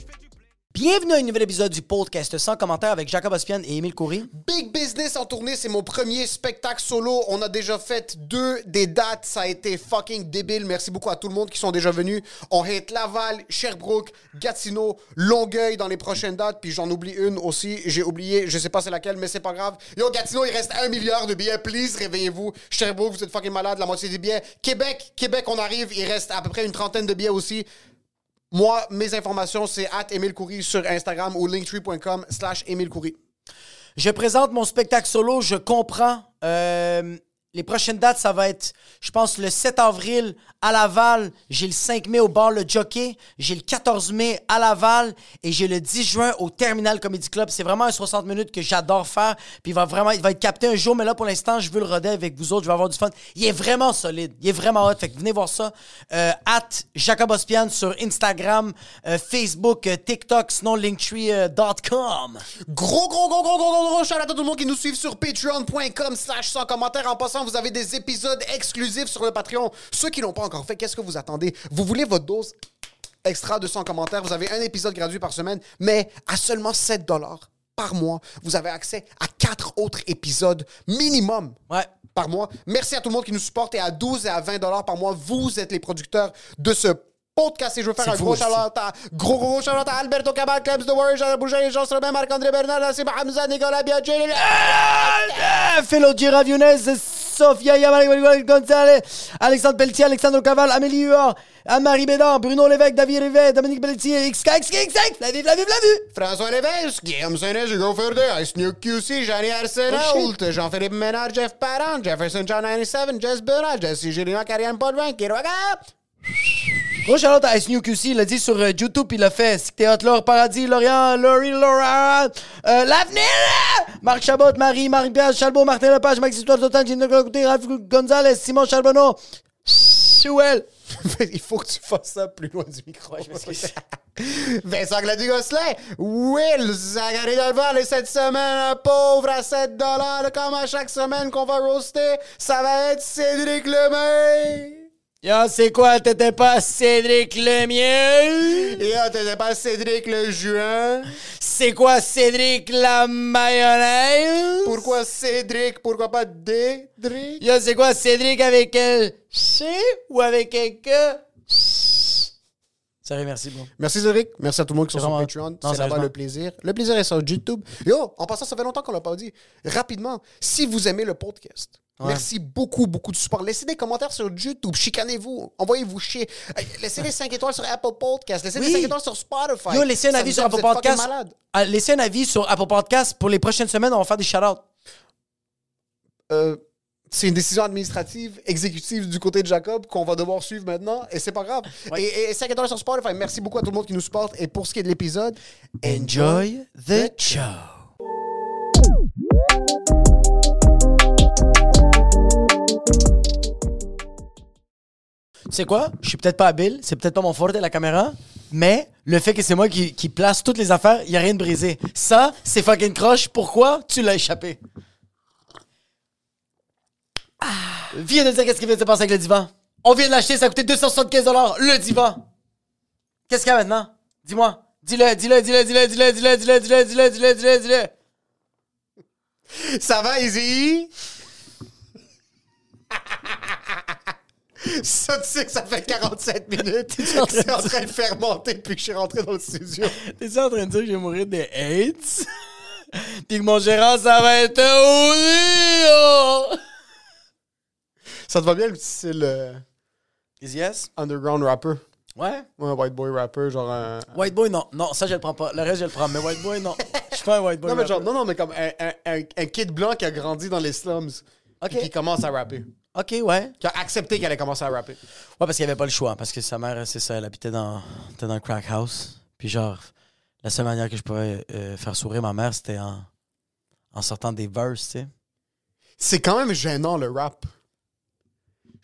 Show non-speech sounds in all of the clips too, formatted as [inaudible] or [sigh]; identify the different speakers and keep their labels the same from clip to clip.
Speaker 1: fais du blé.
Speaker 2: Bienvenue à un nouvel épisode du podcast sans commentaire avec Jacob Ospian et Émile Coury.
Speaker 3: Big Business en tournée, c'est mon premier spectacle solo. On a déjà fait deux des dates. Ça a été fucking débile. Merci beaucoup à tout le monde qui sont déjà venus. On hit Laval, Sherbrooke, Gatineau, Longueuil dans les prochaines dates. Puis j'en oublie une aussi. J'ai oublié, je sais pas c'est laquelle, mais c'est pas grave. Yo, Gatineau, il reste un milliard de billets. Please, réveillez-vous. Sherbrooke, vous êtes fucking malade. La moitié des billets. Québec, Québec, on arrive. Il reste à peu près une trentaine de billets aussi. Moi, mes informations, c'est at Émile Coury sur Instagram ou linktree.com slash Émile Coury.
Speaker 2: Je présente mon spectacle solo, je comprends. Euh, les prochaines dates, ça va être, je pense, le 7 avril à Laval. J'ai le 5 mai au bar Le Jockey. J'ai le 14 mai à Laval. Et j'ai le 10 juin au Terminal Comedy Club. C'est vraiment un 60 minutes que j'adore faire. Puis il va vraiment, il va être capté un jour. Mais là, pour l'instant, je veux le roder avec vous autres. Je vais avoir du fun. Il est vraiment solide. Il est vraiment hot. Fait que venez voir ça. Euh, at Jacob Ospian sur Instagram, euh, Facebook, euh, TikTok, sinon euh, linktree.com.
Speaker 3: Gros, gros, gros, gros, gros, gros, gros, shout out à tout le monde qui nous suit sur patreon.com slash sans commentaire. En passant, vous avez des épisodes exclusifs sur le Patreon. Ceux qui l'ont pas encore fait, qu'est-ce que vous attendez? Vous voulez votre dose extra de 100 commentaires? Vous avez un épisode gratuit par semaine, mais à seulement 7 dollars par mois, vous avez accès à quatre autres épisodes minimum
Speaker 2: Ouais.
Speaker 3: par mois. Merci à tout le monde qui nous supporte et à 12 et à 20 dollars par mois, vous êtes les producteurs de ce podcast et je veux faire
Speaker 2: C'est
Speaker 3: un
Speaker 2: fou
Speaker 3: gros
Speaker 2: aussi.
Speaker 3: shout à gros gros shout à Alberto Cabal, Clebs The Warrior, Jean Boucher, Jean Strobin, Marc-André Bernard, Nassim Hamza, Nicolas Biaggi,
Speaker 2: Euh, Philo Girav-Younes, Sofia Yamal Gonzalez, Alexandre Pelletier, Alexandre Caval, Amélie Huard, Anne-Marie Bédard, Bruno Lévesque, David Rivet, Dominique Pelletier, XK, XK, XK, la vive, la vive, la vive!
Speaker 3: François Lévesque, Guillaume Séné, Hugo Ferdé, Ice New QC, Johnny
Speaker 2: Oh,
Speaker 3: Arsenault, Jean-Philippe Ménard, Jeff Parent, Jefferson John 97, Jess Bernard, Jesse Gélina, Karianne Podvin, Kiroga,
Speaker 2: Gros Charlotte à Ice New QC, il l'a dit sur euh, YouTube, il l'a fait. C'était Hot Laure Paradis, Lorient, Laurie, Laura, euh, L'Avenir, euh, Marc Chabot, Marie, Marie-Pierre, Chalbot, Martin Lepage, Maxime Toitotan, Gino Côté, Ralph Gonzalez, Simon Charbonneau, Chouel.
Speaker 3: [laughs] Il faut que tu fasses ça plus loin du micro. Je m'excuse. [laughs] Vincent Gladu-Gosselin, Will Zachary Delval, et cette semaine, un pauvre à 7 comme à chaque semaine qu'on va roaster, ça va être Cédric Lemay.
Speaker 2: Yo, c'est quoi, t'étais pas Cédric Lemieux?
Speaker 3: Et là, t'étais pas Cédric le juin.
Speaker 2: C'est quoi, Cédric la mayonnaise?
Speaker 3: Pourquoi Cédric? Pourquoi pas Dédric?
Speaker 2: Yo, c'est quoi, Cédric avec un C ou avec un K? Sérieux, merci, bon.
Speaker 3: Merci Cédric, merci à tout le monde qui sont sur
Speaker 2: vraiment-
Speaker 3: Patreon.
Speaker 2: non,
Speaker 3: C'est là-bas
Speaker 2: sérieusement.
Speaker 3: le plaisir. Le plaisir est sur YouTube. Yo, en passant, ça fait longtemps qu'on l'a pas dit. Rapidement, si vous aimez le podcast, merci beaucoup, beaucoup de support. Laissez des commentaires sur YouTube, chicanez-vous, envoyez-vous chier. Euh, Laissez des 5 étoles sur Apple Podcast, laissez
Speaker 2: Oui.
Speaker 3: des 5 étoiles sur Spotify.
Speaker 2: Yo, laissez un
Speaker 3: Ça
Speaker 2: avis
Speaker 3: nous
Speaker 2: sur
Speaker 3: aide,
Speaker 2: Apple
Speaker 3: vous êtes fucking
Speaker 2: Podcast.
Speaker 3: malade.
Speaker 2: Ah, laissez un avis sur Apple Podcast. Pour les prochaines semaines, on va faire des shout-outs.
Speaker 3: Euh, c'est une décision administrative, exécutive du côté de Jacob qu'on va devoir suivre maintenant et c'est pas grave. Et, et 5 étoiles sur Spotify. Merci beaucoup à tout le monde qui nous supporte. Et pour ce qui est de l'épisode,
Speaker 2: Enjoy the show. Tu sais quoi? Je suis peut-être pas habile, c'est peut-être pas mon fort de la caméra, mais le fait que c'est moi qui, qui place toutes les affaires, il n'y a rien de brisé. Ça, c'est fucking croche. Pourquoi tu l'as échappé? Ah, viens de dire qu'est-ce qui vient de se passer avec le divan. On vient de l'acheter, ça a coûté 275 le divan. Qu'est-ce qu'il y a maintenant? Dis-moi. Dis-le, dis-le, dis-le, dis-le, dis-le, dis-le, dis-le, dis-le, dis-le, dis-le, dis-le, dis-le.
Speaker 3: Ça va, Izzy? [laughs] Ça, tu sais que ça fait
Speaker 2: [laughs]
Speaker 3: 47 minutes.
Speaker 2: en train
Speaker 3: C'est en
Speaker 2: de dire-
Speaker 3: train de fermenter depuis que je suis rentré dans le studio.
Speaker 2: T'es en train de dire que je vais mourir de AIDS? [laughs] Puis que mon gérant, ça va être un audio!
Speaker 3: Ça te va bien le petit style euh,
Speaker 2: Is yes?
Speaker 3: underground rapper?
Speaker 2: Ouais.
Speaker 3: Ouais, white boy rapper, genre un.
Speaker 2: White boy, non. Non, ça, je le prends pas. Le reste, je le prends. Mais white [laughs] boy, non. Je suis pas un white boy.
Speaker 3: Non, mais genre,
Speaker 2: rapper.
Speaker 3: non, non, mais comme un, un, un- un kid blanc qui a grandi dans les slums.
Speaker 2: Ok.
Speaker 3: Qui commence à rapper.
Speaker 2: OK, ouais.
Speaker 3: Qui a accepté qu'elle allait commencer à rapper.
Speaker 2: Ouais, parce qu'il n'y avait pas le choix. Parce que sa mère, c'est ça, elle habitait dans, était dans le crack house. Puis genre, la seule manière que je pouvais euh, faire sourire ma mère, c'était en, en sortant des verses, tu sais.
Speaker 3: C'est quand même gênant le rap.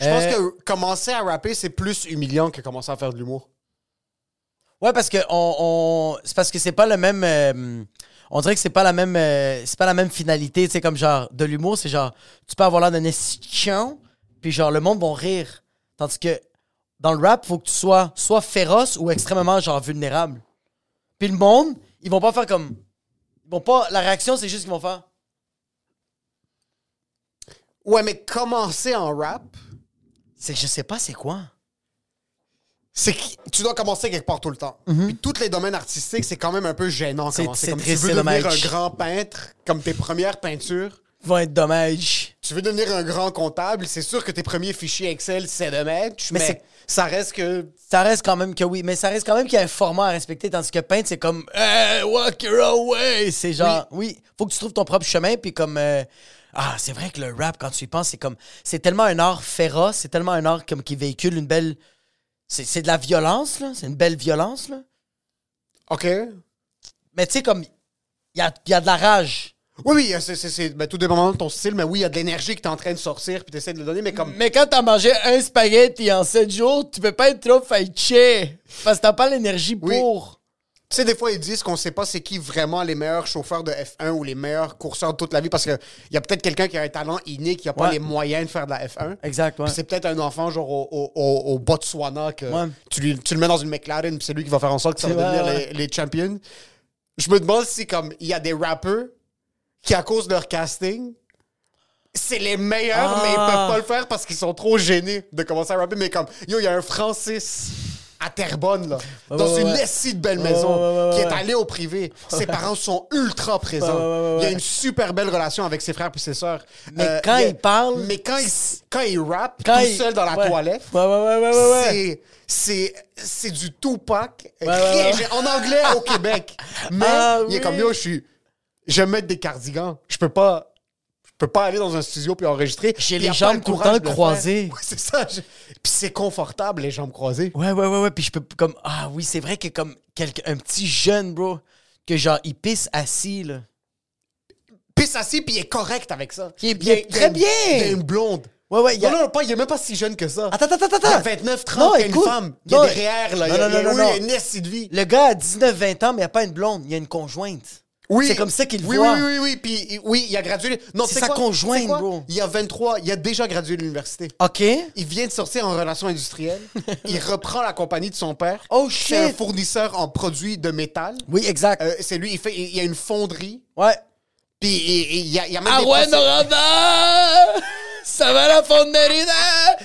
Speaker 3: Je pense
Speaker 2: Euh,
Speaker 3: que commencer à rapper, c'est plus humiliant que commencer à faire de l'humour.
Speaker 2: Ouais, parce que on, on- c'est parce que c'est pas le même. euh, on dirait que c'est pas la même. euh, c'est pas la même finalité. Tu sais, comme genre de l'humour, c'est genre tu peux avoir l'air d'un estichon, puis genre le monde va rire. Tandis que dans le rap, faut que tu sois soit féroce ou extrêmement genre vulnérable. Puis le monde, ils vont pas faire comme. Ils vont pas. La réaction, c'est juste qu'ils vont faire.
Speaker 3: Ouais, mais commencer en rap,
Speaker 2: C'est que je sais pas c'est quoi.
Speaker 3: c'est que tu dois commencer quelque part tout le temps. Puis tous les domaines artistiques, c'est quand même un peu gênant de
Speaker 2: Mhm. C'est-
Speaker 3: commencer.
Speaker 2: c'est
Speaker 3: Comme
Speaker 2: très
Speaker 3: tu veux devenir un
Speaker 2: cinématique.
Speaker 3: grand peintre, comme tes premières peintures.
Speaker 2: Va être dommage.
Speaker 3: Tu veux devenir un grand comptable, c'est sûr que tes premiers fichiers Excel, c'est de match,
Speaker 2: Mais
Speaker 3: mais,
Speaker 2: c'est-
Speaker 3: ça reste que...
Speaker 2: Ça reste quand même que oui, mais ça reste quand même qu'il y a un format à respecter, tandis que peindre, c'est comme Hey, walk your own way. C'est genre, oui. faut que tu trouves ton propre chemin, puis comme. euh, ah, c'est vrai que le rap, quand tu y penses, c'est comme. C'est tellement un art féroce, c'est tellement un art comme qui véhicule une belle. C'est c'est de la violence, là. C'est une belle violence, là.
Speaker 3: OK.
Speaker 2: Mais tu sais, comme. Il y a, il y a de la rage.
Speaker 3: Oui, oui, c'est, c'est, c'est- ben, tout dépendant de ton style, mais oui, il y a de l'énergie que t'es en train de sortir, puis t'essaies de le donner, mais comme...
Speaker 2: Mais quand t'as mangé un spaghetti en 7 jours, tu peux pas être trop faiché. Parce que t'as pas l'énergie
Speaker 3: Oui.
Speaker 2: pour.
Speaker 3: Tu sais, des fois, ils disent qu'on sait pas c'est qui vraiment les meilleurs chauffeurs de F1 ou les meilleurs courseurs de toute la vie parce qu'il y a peut-être quelqu'un qui a un talent inné qui a pas
Speaker 2: Ouais.
Speaker 3: les moyens de faire de la F1.
Speaker 2: Exact, ouais.
Speaker 3: Puis c'est peut-être un enfant, genre au, au- au- au Botswana, que
Speaker 2: Ouais.
Speaker 3: tu, lui- tu le mets dans une McLaren, puis c'est lui qui va faire en sorte que ça
Speaker 2: C'est
Speaker 3: va
Speaker 2: vrai,
Speaker 3: devenir
Speaker 2: ouais.
Speaker 3: les, les champions. Je me demande si, comme, il y a des rappeurs qui, à cause de leur casting, c'est les meilleurs, mais ils
Speaker 2: Ah.
Speaker 3: peuvent pas le faire parce qu'ils sont trop gênés de commencer à rapper. Mais comme, yo, il y a un Francis à Terrebonne, là, dans
Speaker 2: ouais,
Speaker 3: une
Speaker 2: ouais.
Speaker 3: essie de belle maison,
Speaker 2: ouais, ouais, ouais,
Speaker 3: qui est
Speaker 2: ouais.
Speaker 3: allé au privé.
Speaker 2: [laughs]
Speaker 3: Ses parents sont ultra présents.
Speaker 2: Ouais, ouais, ouais, ouais,
Speaker 3: Il y a
Speaker 2: ouais.
Speaker 3: une super belle relation avec ses frères puis ses sœurs.
Speaker 2: Mais quand
Speaker 3: y a-
Speaker 2: il parle-
Speaker 3: Euh, Mais quand il, quand il rappe,
Speaker 2: Quand
Speaker 3: tout
Speaker 2: il-
Speaker 3: seul dans la
Speaker 2: ouais.
Speaker 3: toilette,
Speaker 2: Ouais, ouais, ouais, ouais, ouais, ouais.
Speaker 3: c'est- c'est c'est du Tupac
Speaker 2: ouais, ouais.
Speaker 3: en anglais
Speaker 2: [laughs]
Speaker 3: au Québec. Mais
Speaker 2: Ah,
Speaker 3: il est
Speaker 2: oui.
Speaker 3: comme yo, je suis, j'aime mettre des cardigans. Je peux pas, je peux pas aller dans un studio puis enregistrer.
Speaker 2: J'ai
Speaker 3: Puis
Speaker 2: les
Speaker 3: il a pas
Speaker 2: jambes tout le
Speaker 3: courage
Speaker 2: temps
Speaker 3: de faire.
Speaker 2: croisées.
Speaker 3: Ouais, c'est ça. je- Puis c'est confortable les jambes croisées.
Speaker 2: Ouais, ouais, ouais, ouais. Puis je peux comme. Ah oui, c'est vrai que comme quelqu'un un petit jeune, bro, que genre, il pisse assis, là.
Speaker 3: Puis ça c'est, puis il est correct avec ça.
Speaker 2: Il est-
Speaker 3: y a-
Speaker 2: il est
Speaker 3: y a
Speaker 2: très
Speaker 3: une-
Speaker 2: bien.
Speaker 3: Il y a une blonde.
Speaker 2: Ouais, ouais, il y a-
Speaker 3: Non, non, pas, il est même pas si jeune que ça.
Speaker 2: Attends, attends, attends,
Speaker 3: Il a
Speaker 2: attends.
Speaker 3: 29,
Speaker 2: Non,
Speaker 3: 30, il y a une
Speaker 2: écoute.
Speaker 3: femme. Il y a
Speaker 2: Non,
Speaker 3: des REER,
Speaker 2: non,
Speaker 3: là. il y
Speaker 2: non,
Speaker 3: a,
Speaker 2: non,
Speaker 3: oui,
Speaker 2: non,
Speaker 3: il y a une esti de vie.
Speaker 2: Le gars a 19-20 ans, mais il n'y a pas une blonde, il y a une conjointe.
Speaker 3: Oui.
Speaker 2: C'est comme ça qu'il
Speaker 3: oui,
Speaker 2: voit.
Speaker 3: Oui, oui, oui, puis il- oui, il a gradué. Non,
Speaker 2: C'est
Speaker 3: tu sais
Speaker 2: sa
Speaker 3: quoi?
Speaker 2: conjointe,
Speaker 3: Tu sais quoi?
Speaker 2: bro.
Speaker 3: Il a 23, il a déjà gradué de l'université.
Speaker 2: OK.
Speaker 3: Il vient de sortir en relations
Speaker 2: [laughs]
Speaker 3: industrielles. il reprend la compagnie de son père.
Speaker 2: Oh,
Speaker 3: C'est un
Speaker 2: shit.
Speaker 3: fournisseur en produits de métal.
Speaker 2: Oui, exact.
Speaker 3: Euh, c'est lui, il fait, il y a une fonderie.
Speaker 2: ouais.
Speaker 3: Puis il, il- il y a, il y a même
Speaker 2: Ah
Speaker 3: des
Speaker 2: ouais,
Speaker 3: procé-
Speaker 2: Noranda! Ça va la hein? fonderie, là!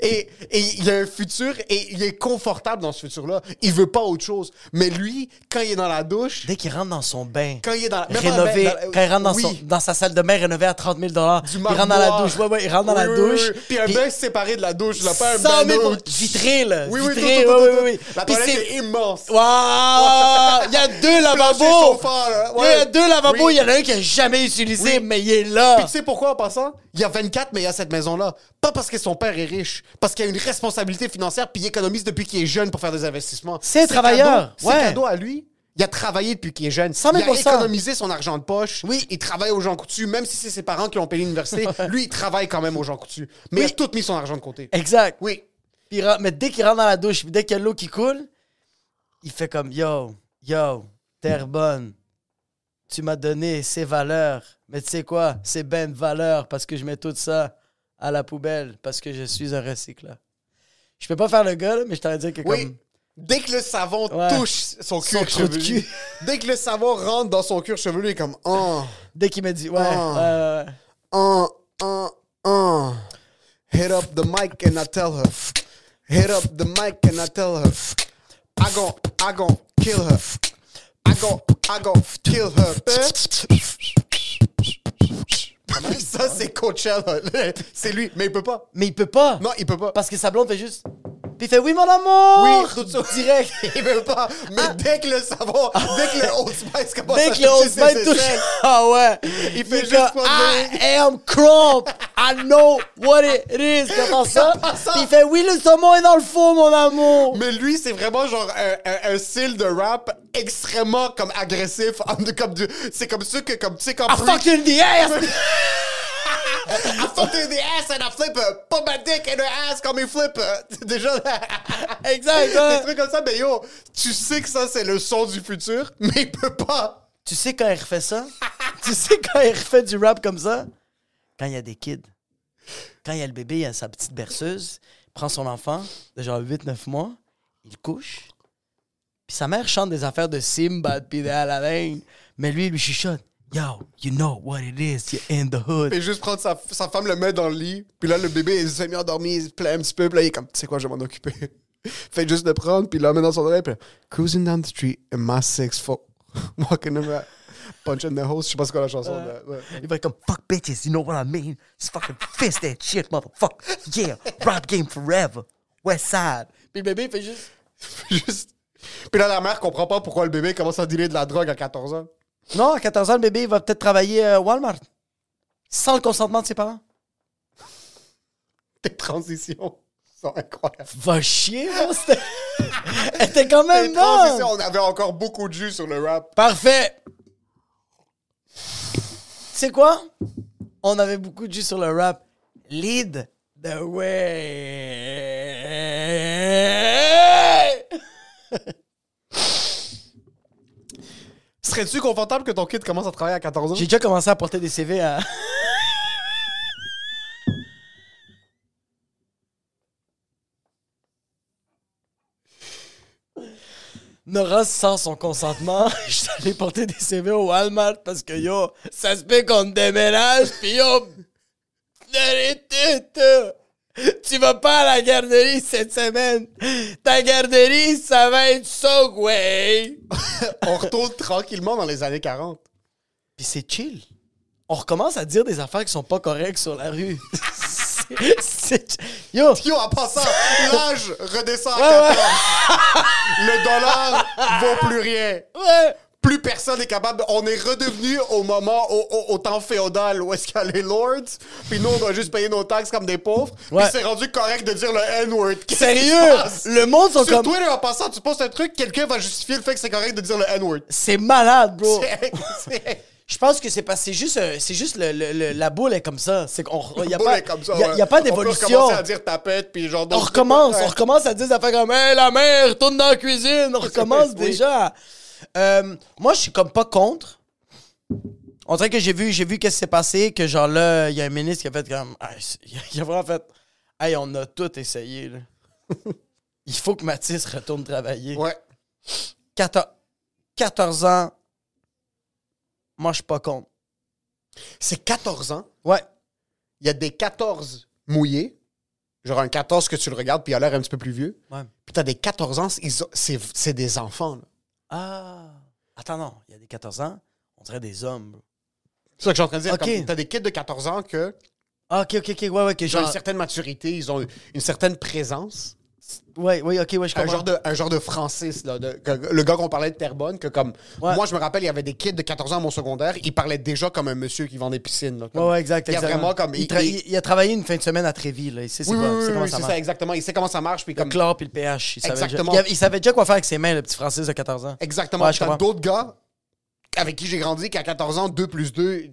Speaker 3: et, et il y a un futur et il est confortable dans ce futur-là. Il veut pas autre chose. Mais lui, quand il est dans la douche,
Speaker 2: Dès qu'il rentre dans son bain.
Speaker 3: quand il est dans la, même pas dans la-
Speaker 2: rénové,
Speaker 3: dans-
Speaker 2: quand il rentre dans,
Speaker 3: oui.
Speaker 2: son- dans sa salle de bain rénovée à 30 000
Speaker 3: Du
Speaker 2: il rentre dans la
Speaker 3: marmoire.
Speaker 2: douche, ouais, ouais, il rentre dans
Speaker 3: Oui,
Speaker 2: la
Speaker 3: oui,
Speaker 2: douche.
Speaker 3: oui, oui. Puis un bain séparé de la douche, là, pas un
Speaker 2: 100
Speaker 3: bain
Speaker 2: 000
Speaker 3: d'eau.
Speaker 2: vitré, là.
Speaker 3: Oui, oui, tout,
Speaker 2: vitré,
Speaker 3: tout,
Speaker 2: ouais,
Speaker 3: tout,
Speaker 2: ouais,
Speaker 3: tout.
Speaker 2: ouais, ouais.
Speaker 3: La
Speaker 2: Puis
Speaker 3: toilette
Speaker 2: c'est-
Speaker 3: est immense.
Speaker 2: Waouh! Il y
Speaker 3: [laughs]
Speaker 2: a deux lavabos!
Speaker 3: Plancher chauffant, là.
Speaker 2: Il y a
Speaker 3: Ouais.
Speaker 2: deux lavabos,
Speaker 3: Oui.
Speaker 2: il y en a un qui a jamais utilisé,
Speaker 3: Oui.
Speaker 2: mais il est là!
Speaker 3: Puis tu sais pourquoi en passant? Il y a 24, mais il y a cette maison-là. Pas parce que son père est riche, parce qu'il a une responsabilité financière puis il économise depuis qu'il est jeune pour faire des investissements.
Speaker 2: C'est un travailleur,
Speaker 3: cadeau.
Speaker 2: ouais.
Speaker 3: C'est cadeau à lui. Il a travaillé depuis qu'il est jeune.
Speaker 2: 100 000
Speaker 3: Il a économisé son argent de poche.
Speaker 2: Oui.
Speaker 3: Il travaille aux gens coutus, même si c'est ses parents qui l'ont payé
Speaker 2: [laughs]
Speaker 3: l'université. lui, il travaille quand même aux gens coutus. Mais il a tout mis son argent de côté.
Speaker 2: Exact.
Speaker 3: Oui.
Speaker 2: Puis il rentre- mais dès qu'il rentre dans la douche, puis dès qu'il y a l'eau qui coule, il fait comme Yo, yo, terre bonne, tu m'as donné ces valeurs, mais tu sais quoi, c'est ben de valeur parce que je mets tout ça à la poubelle parce que je suis un recycleur. Je peux pas faire le gars, là, mais je t'aurais dit que
Speaker 3: Oui.
Speaker 2: comme.
Speaker 3: Dès que le savon
Speaker 2: Ouais.
Speaker 3: touche
Speaker 2: Son
Speaker 3: son cuir
Speaker 2: trou de
Speaker 3: chevelu,
Speaker 2: cul.
Speaker 3: dès que le savon rentre dans son cuir chevelu, il est comme oh,
Speaker 2: Dès qu'il m'a dit, ouais,
Speaker 3: Ah.
Speaker 2: ouais, ouais.
Speaker 3: oh, oh, oh. Hit up the mic and I tell her. Hit up the mic and I tell her. I gon, I gon kill her. I gon, I gon kill her. [laughs] Ça c'est Coachella, [laughs] c'est lui, mais il peut pas.
Speaker 2: Mais il peut pas.
Speaker 3: Non, il peut pas.
Speaker 2: Parce que sa blonde fait juste. Puis il fait, oui, mon amour!
Speaker 3: Oui, tout ça.
Speaker 2: Direct.
Speaker 3: [laughs] Il veut pas. Mais dès que le savon, dès que le Old Spice commence
Speaker 2: Ah. Dès
Speaker 3: à
Speaker 2: que le
Speaker 3: toucher
Speaker 2: Old
Speaker 3: ses
Speaker 2: Spice touche. [laughs]
Speaker 3: aisselles,
Speaker 2: Ah ouais.
Speaker 3: Il fait juste
Speaker 2: comme,
Speaker 3: pas de-
Speaker 2: I am crump. I know what it
Speaker 3: [laughs]
Speaker 2: is. Il entend ça.
Speaker 3: Il entend ça.
Speaker 2: Puis il fait, oui, le saumon est dans le four, mon amour.
Speaker 3: Mais lui, c'est vraiment genre un, un- un style de rap extrêmement comme agressif. [laughs] en- de- Comme du- c'est comme ceux que comme tu sais comme
Speaker 2: I fucked in the ass.
Speaker 3: [laughs] I fucked in the ass and I flip uh, put my dick in her ass comme il flip. uh, [laughs] Déjà
Speaker 2: Exact, ouais.
Speaker 3: Des trucs comme ça. [laughs] Mais yo, tu sais que ça c'est le son du futur, mais il peut pas.
Speaker 2: Tu sais quand il refait ça? [laughs] tu sais quand il refait du rap comme ça? Quand il y a des kids. Quand il y a le bébé, il a sa petite berceuse, il prend son enfant de genre 8-9 mois, il le couche, puis sa mère chante des affaires de Simbad puis de Aladdin, mais lui, il lui chuchote « Yo, you know what it is, you're in the
Speaker 3: Et
Speaker 2: hood.
Speaker 3: juste prendre sa, sa femme le met dans le lit. Puis là, le bébé, il s'est mis endormi, il se plaît un petit peu. Puis là, il est comme, tu sais quoi, je vais m'en occuper. [laughs] Fait juste le prendre, puis l'emmène dans son oreille. Puis là, cruising down the street in my 6'4. [laughs] Walking around, punching the hose. Je sais pas ce que la chanson. mais, ouais. » [laughs]
Speaker 2: Il va être comme « Fuck bitches, you know what I mean? Just fucking fist that shit, motherfucker. Yeah, rap game forever. West side. » Puis le bébé, il fait juste
Speaker 3: Puis juste. Puis là, la mère comprend pas pourquoi le bébé commence à dealer de la drogue à 14 ans.
Speaker 2: Non, à 14 ans, le bébé, il va peut-être travailler à Walmart. Sans le consentement de ses parents.
Speaker 3: Tes transitions sont incroyables.
Speaker 2: Va chier, moi, c'était... [laughs] Elle était quand
Speaker 3: Tes
Speaker 2: même bonne.
Speaker 3: transitions, on avait encore beaucoup de jus sur le rap.
Speaker 2: Parfait. Tu sais quoi? On avait beaucoup de jus sur le rap. Lead the way.
Speaker 3: Serais-tu confortable que ton kid commence à travailler à 14 ans?
Speaker 2: J'ai déjà commencé à porter des CV à... [laughs] Nora, sans son consentement, [laughs] je suis allé porter des CV au Walmart parce que yo, ça se peut qu'on te déménage, pis yo, tout. Tu vas pas à la garderie cette semaine. Ta garderie, ça va être Subway.
Speaker 3: On retourne tranquillement dans les années 40.
Speaker 2: Puis c'est chill. On recommence à dire des affaires qui sont pas correctes sur la rue. [laughs] C'est- c'est- Yo,
Speaker 3: Yo, en passant,
Speaker 2: [laughs]
Speaker 3: l'âge redescend à
Speaker 2: Ouais, ouais.
Speaker 3: 14. Le dollar vaut plus rien.
Speaker 2: ouais,
Speaker 3: Plus personne n'est capable. On est redevenu au moment, au, au- au temps féodal où est-ce qu'il y a les lords. Puis nous, on doit juste payer nos taxes comme des pauvres.
Speaker 2: Ouais.
Speaker 3: Puis c'est rendu correct de dire le N-word. Qu'est-ce qui se [laughs]
Speaker 2: sérieux,
Speaker 3: passe?
Speaker 2: le monde sont
Speaker 3: Sur
Speaker 2: comme
Speaker 3: Twitter, en passant, tu postes un truc, quelqu'un va justifier le fait que c'est correct de dire le N-word.
Speaker 2: c'est malade, bro.
Speaker 3: C'est- [laughs] c'est-
Speaker 2: Je pense que c'est parce que c'est juste euh, c'est juste le, le- le- la boule est comme ça, c'est qu'on y a
Speaker 3: Bon,
Speaker 2: pas
Speaker 3: mais comme ça,
Speaker 2: y a,
Speaker 3: ouais.
Speaker 2: y a pas
Speaker 3: On peut recommencer
Speaker 2: d'évolution.
Speaker 3: à dire tapette, puis genre...
Speaker 2: On recommence, on recommence à dire des affaires comme hey, la mère retourne dans la cuisine, on recommence
Speaker 3: [laughs] Oui.
Speaker 2: déjà. Euh, moi, je suis comme pas contre. On dirait que j'ai vu, j'ai vu qu'est-ce qui s'est passé, que genre là, il y a un ministre qui a fait comme, Hey, c'est- [laughs] il a- il a vraiment fait, hey, on a tout essayé là. [laughs] il faut que Mathis retourne travailler.
Speaker 3: Ouais.
Speaker 2: 14, 14 ans, moi je suis pas contre.
Speaker 3: C'est 14 ans.
Speaker 2: Ouais,
Speaker 3: il y a des 14 mouillés, genre un 14 que tu le regardes, puis il a l'air un petit peu plus vieux.
Speaker 2: ouais.
Speaker 3: Puis t'as des 14 ans, ils ont- c'est c'est des enfants. là.
Speaker 2: Ah, attends non, il y a des 14 ans, on dirait des hommes. bro.
Speaker 3: C'est ça que je suis en train de dire.
Speaker 2: Ok.
Speaker 3: comme T'as des kids de 14 ans que,
Speaker 2: Ah, ok, ok, ok, ouais, ouais, que
Speaker 3: ils ont une
Speaker 2: genre,
Speaker 3: certaine maturité, ils ont une certaine présence.
Speaker 2: ouais, ouais, ok, ouais, je
Speaker 3: Un
Speaker 2: comprends.
Speaker 3: genre, de, un genre de Francis, là, de- que- le gars qu'on parlait de Terrebonne, que comme.
Speaker 2: Ouais.
Speaker 3: Moi, je me rappelle, il y avait des kids de 14 ans à mon secondaire, il parlait déjà comme un monsieur qui vend des piscines. là, comme-
Speaker 2: Ouais, ouais, exact.
Speaker 3: Il y a
Speaker 2: exactement.
Speaker 3: vraiment comme.
Speaker 2: Il, tra- il- il a travaillé une fin de semaine à Trévis, là. Il sait c'est
Speaker 3: Oui,
Speaker 2: quoi-
Speaker 3: oui,
Speaker 2: c'est
Speaker 3: oui,
Speaker 2: comment
Speaker 3: oui,
Speaker 2: ça
Speaker 3: c'est
Speaker 2: marche.
Speaker 3: ça, exactement. Il sait comment ça marche, puis
Speaker 2: Le
Speaker 3: comme.
Speaker 2: chlore puis le pH. Il savait, déjà-
Speaker 3: Exactement.
Speaker 2: il avait- il savait déjà quoi faire avec ses mains, le petit Francis de 14 ans.
Speaker 3: Exactement.
Speaker 2: Ouais,
Speaker 3: Puis
Speaker 2: je
Speaker 3: t'as
Speaker 2: comprends.
Speaker 3: d'autres gars avec qui j'ai grandi, qui à 14 ans, 2 plus 2,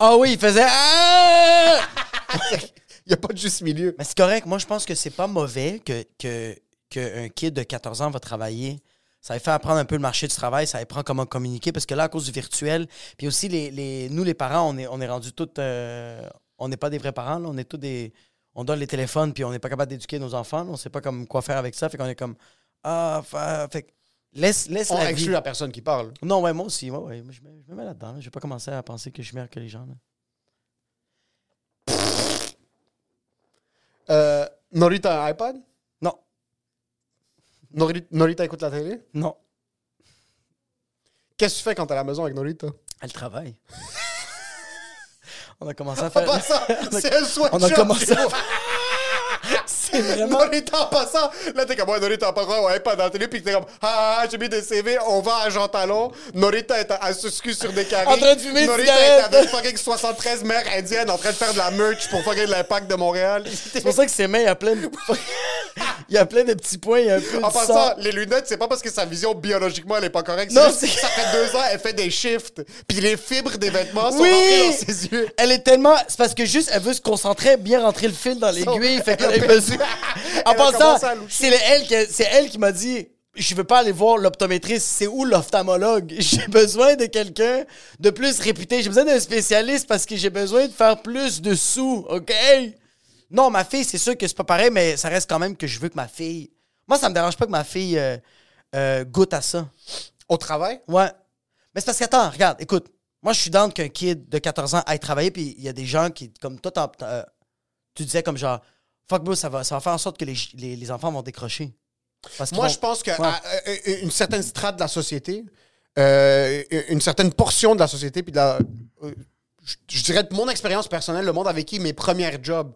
Speaker 2: Ah oui, il faisait. Ah!
Speaker 3: Il n'y a pas de juste milieu.
Speaker 2: Mais c'est correct. Moi, je pense que c'est pas mauvais que qu'un que un kid de 14 ans va travailler. Ça lui fait apprendre un peu le marché du travail, ça lui apprend comment communiquer, parce que là, à cause du virtuel, puis aussi, les, les- nous, les parents, on est, on est rendus tous... euh, on n'est pas des vrais parents, là. on est tous des. On donne les téléphones, puis on n'est pas capable d'éduquer nos enfants, là. on sait pas comme quoi faire avec ça, fait qu'on est comme. Ah, fa- fait que laisse, laisse
Speaker 3: On
Speaker 2: la vie.
Speaker 3: exclut la personne qui parle.
Speaker 2: Non, ouais, moi aussi, ouais, ouais. Moi, Je, me, je me mets là-dedans, là. je vais pas commencer à penser que je suis meilleur que les gens. là.
Speaker 3: Euh, Norita a un iPad?
Speaker 2: Non,
Speaker 3: Nori- Norita écoute la télé?
Speaker 2: non,
Speaker 3: Qu'est-ce que tu fais quand t'es à la maison avec Norita?
Speaker 2: elle travaille. [laughs] on a commencé à
Speaker 3: En
Speaker 2: faire.
Speaker 3: passant, c'est un sweatshirt.
Speaker 2: Euh, [laughs] on a commencé à-
Speaker 3: [laughs] gros.
Speaker 2: C'est vraiment.
Speaker 3: Norita en passant, là t'es comme ouais, Norita en passant, ouais, pas dans la télé, puis t'es comme ah, ah, j'ai mis des CV, on va à Jean Talon. Norita est à, à Suscu sur des carrés.
Speaker 2: En train de fumer une
Speaker 3: Norita est
Speaker 2: cigarette.
Speaker 3: avec fucking 73 mères indiennes en train de faire de la merch pour fucking l'impact de Montréal.
Speaker 2: C'est pour ça que ses mains, [laughs] il y a plein de, il y a plein de petits points, il y a un peu
Speaker 3: En
Speaker 2: de
Speaker 3: passant,
Speaker 2: sang.
Speaker 3: les lunettes, c'est pas parce que sa vision biologiquement elle est pas correcte.
Speaker 2: Non,
Speaker 3: c'est juste
Speaker 2: c'est-
Speaker 3: que ça fait deux ans, elle fait des shifts, puis les fibres des vêtements sont rentrées
Speaker 2: Oui!
Speaker 3: dans ses yeux.
Speaker 2: Elle est tellement. C'est parce que juste, elle veut se concentrer, bien rentrer le fil dans l'aiguille. Fait qu'elle
Speaker 3: Elle a
Speaker 2: a [laughs] besoin.
Speaker 3: perdu.
Speaker 2: En
Speaker 3: Elle a
Speaker 2: passant,
Speaker 3: commencé à loucher.
Speaker 2: c'est le- elle, qui- c'est elle qui m'a dit Je veux pas aller voir l'optométriste, c'est où l'ophtalmologue [laughs] J'ai besoin de quelqu'un de plus réputé. J'ai besoin d'un spécialiste parce que j'ai besoin de faire plus de sous, OK Non, ma fille, c'est sûr que c'est pas pareil, mais ça reste quand même que je veux que ma fille. Moi, ça me dérange pas que ma fille euh, euh, goûte à ça.
Speaker 3: Au travail?
Speaker 2: Ouais. Mais c'est parce qu'attends, regarde, écoute. Moi, je suis dans qu'un kid de 14 ans aille travailler, puis il y a des gens qui, comme toi, t'en- t'en- euh, tu disais comme genre, fuck, bro, ça va, ça va faire en sorte que les, les, les enfants vont décrocher. Parce qu'ils
Speaker 3: Moi,
Speaker 2: vont-
Speaker 3: je pense que
Speaker 2: Ouais.
Speaker 3: à, euh, euh, une certaine strate de la société, euh, une certaine portion de la société, puis de la, euh, je, je dirais de mon expérience personnelle, le monde avec qui mes premières jobs,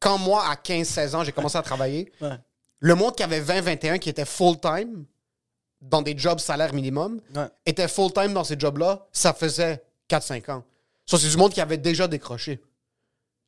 Speaker 3: quand moi, à 15-16 ans, j'ai commencé à travailler,
Speaker 2: [laughs] Ouais.
Speaker 3: le monde qui avait 20-21, qui était full-time, dans des jobs salaire minimum,
Speaker 2: Ouais.
Speaker 3: était full-time dans ces jobs-là, ça faisait 4-5 ans. Ça, c'est du monde qui avait déjà décroché.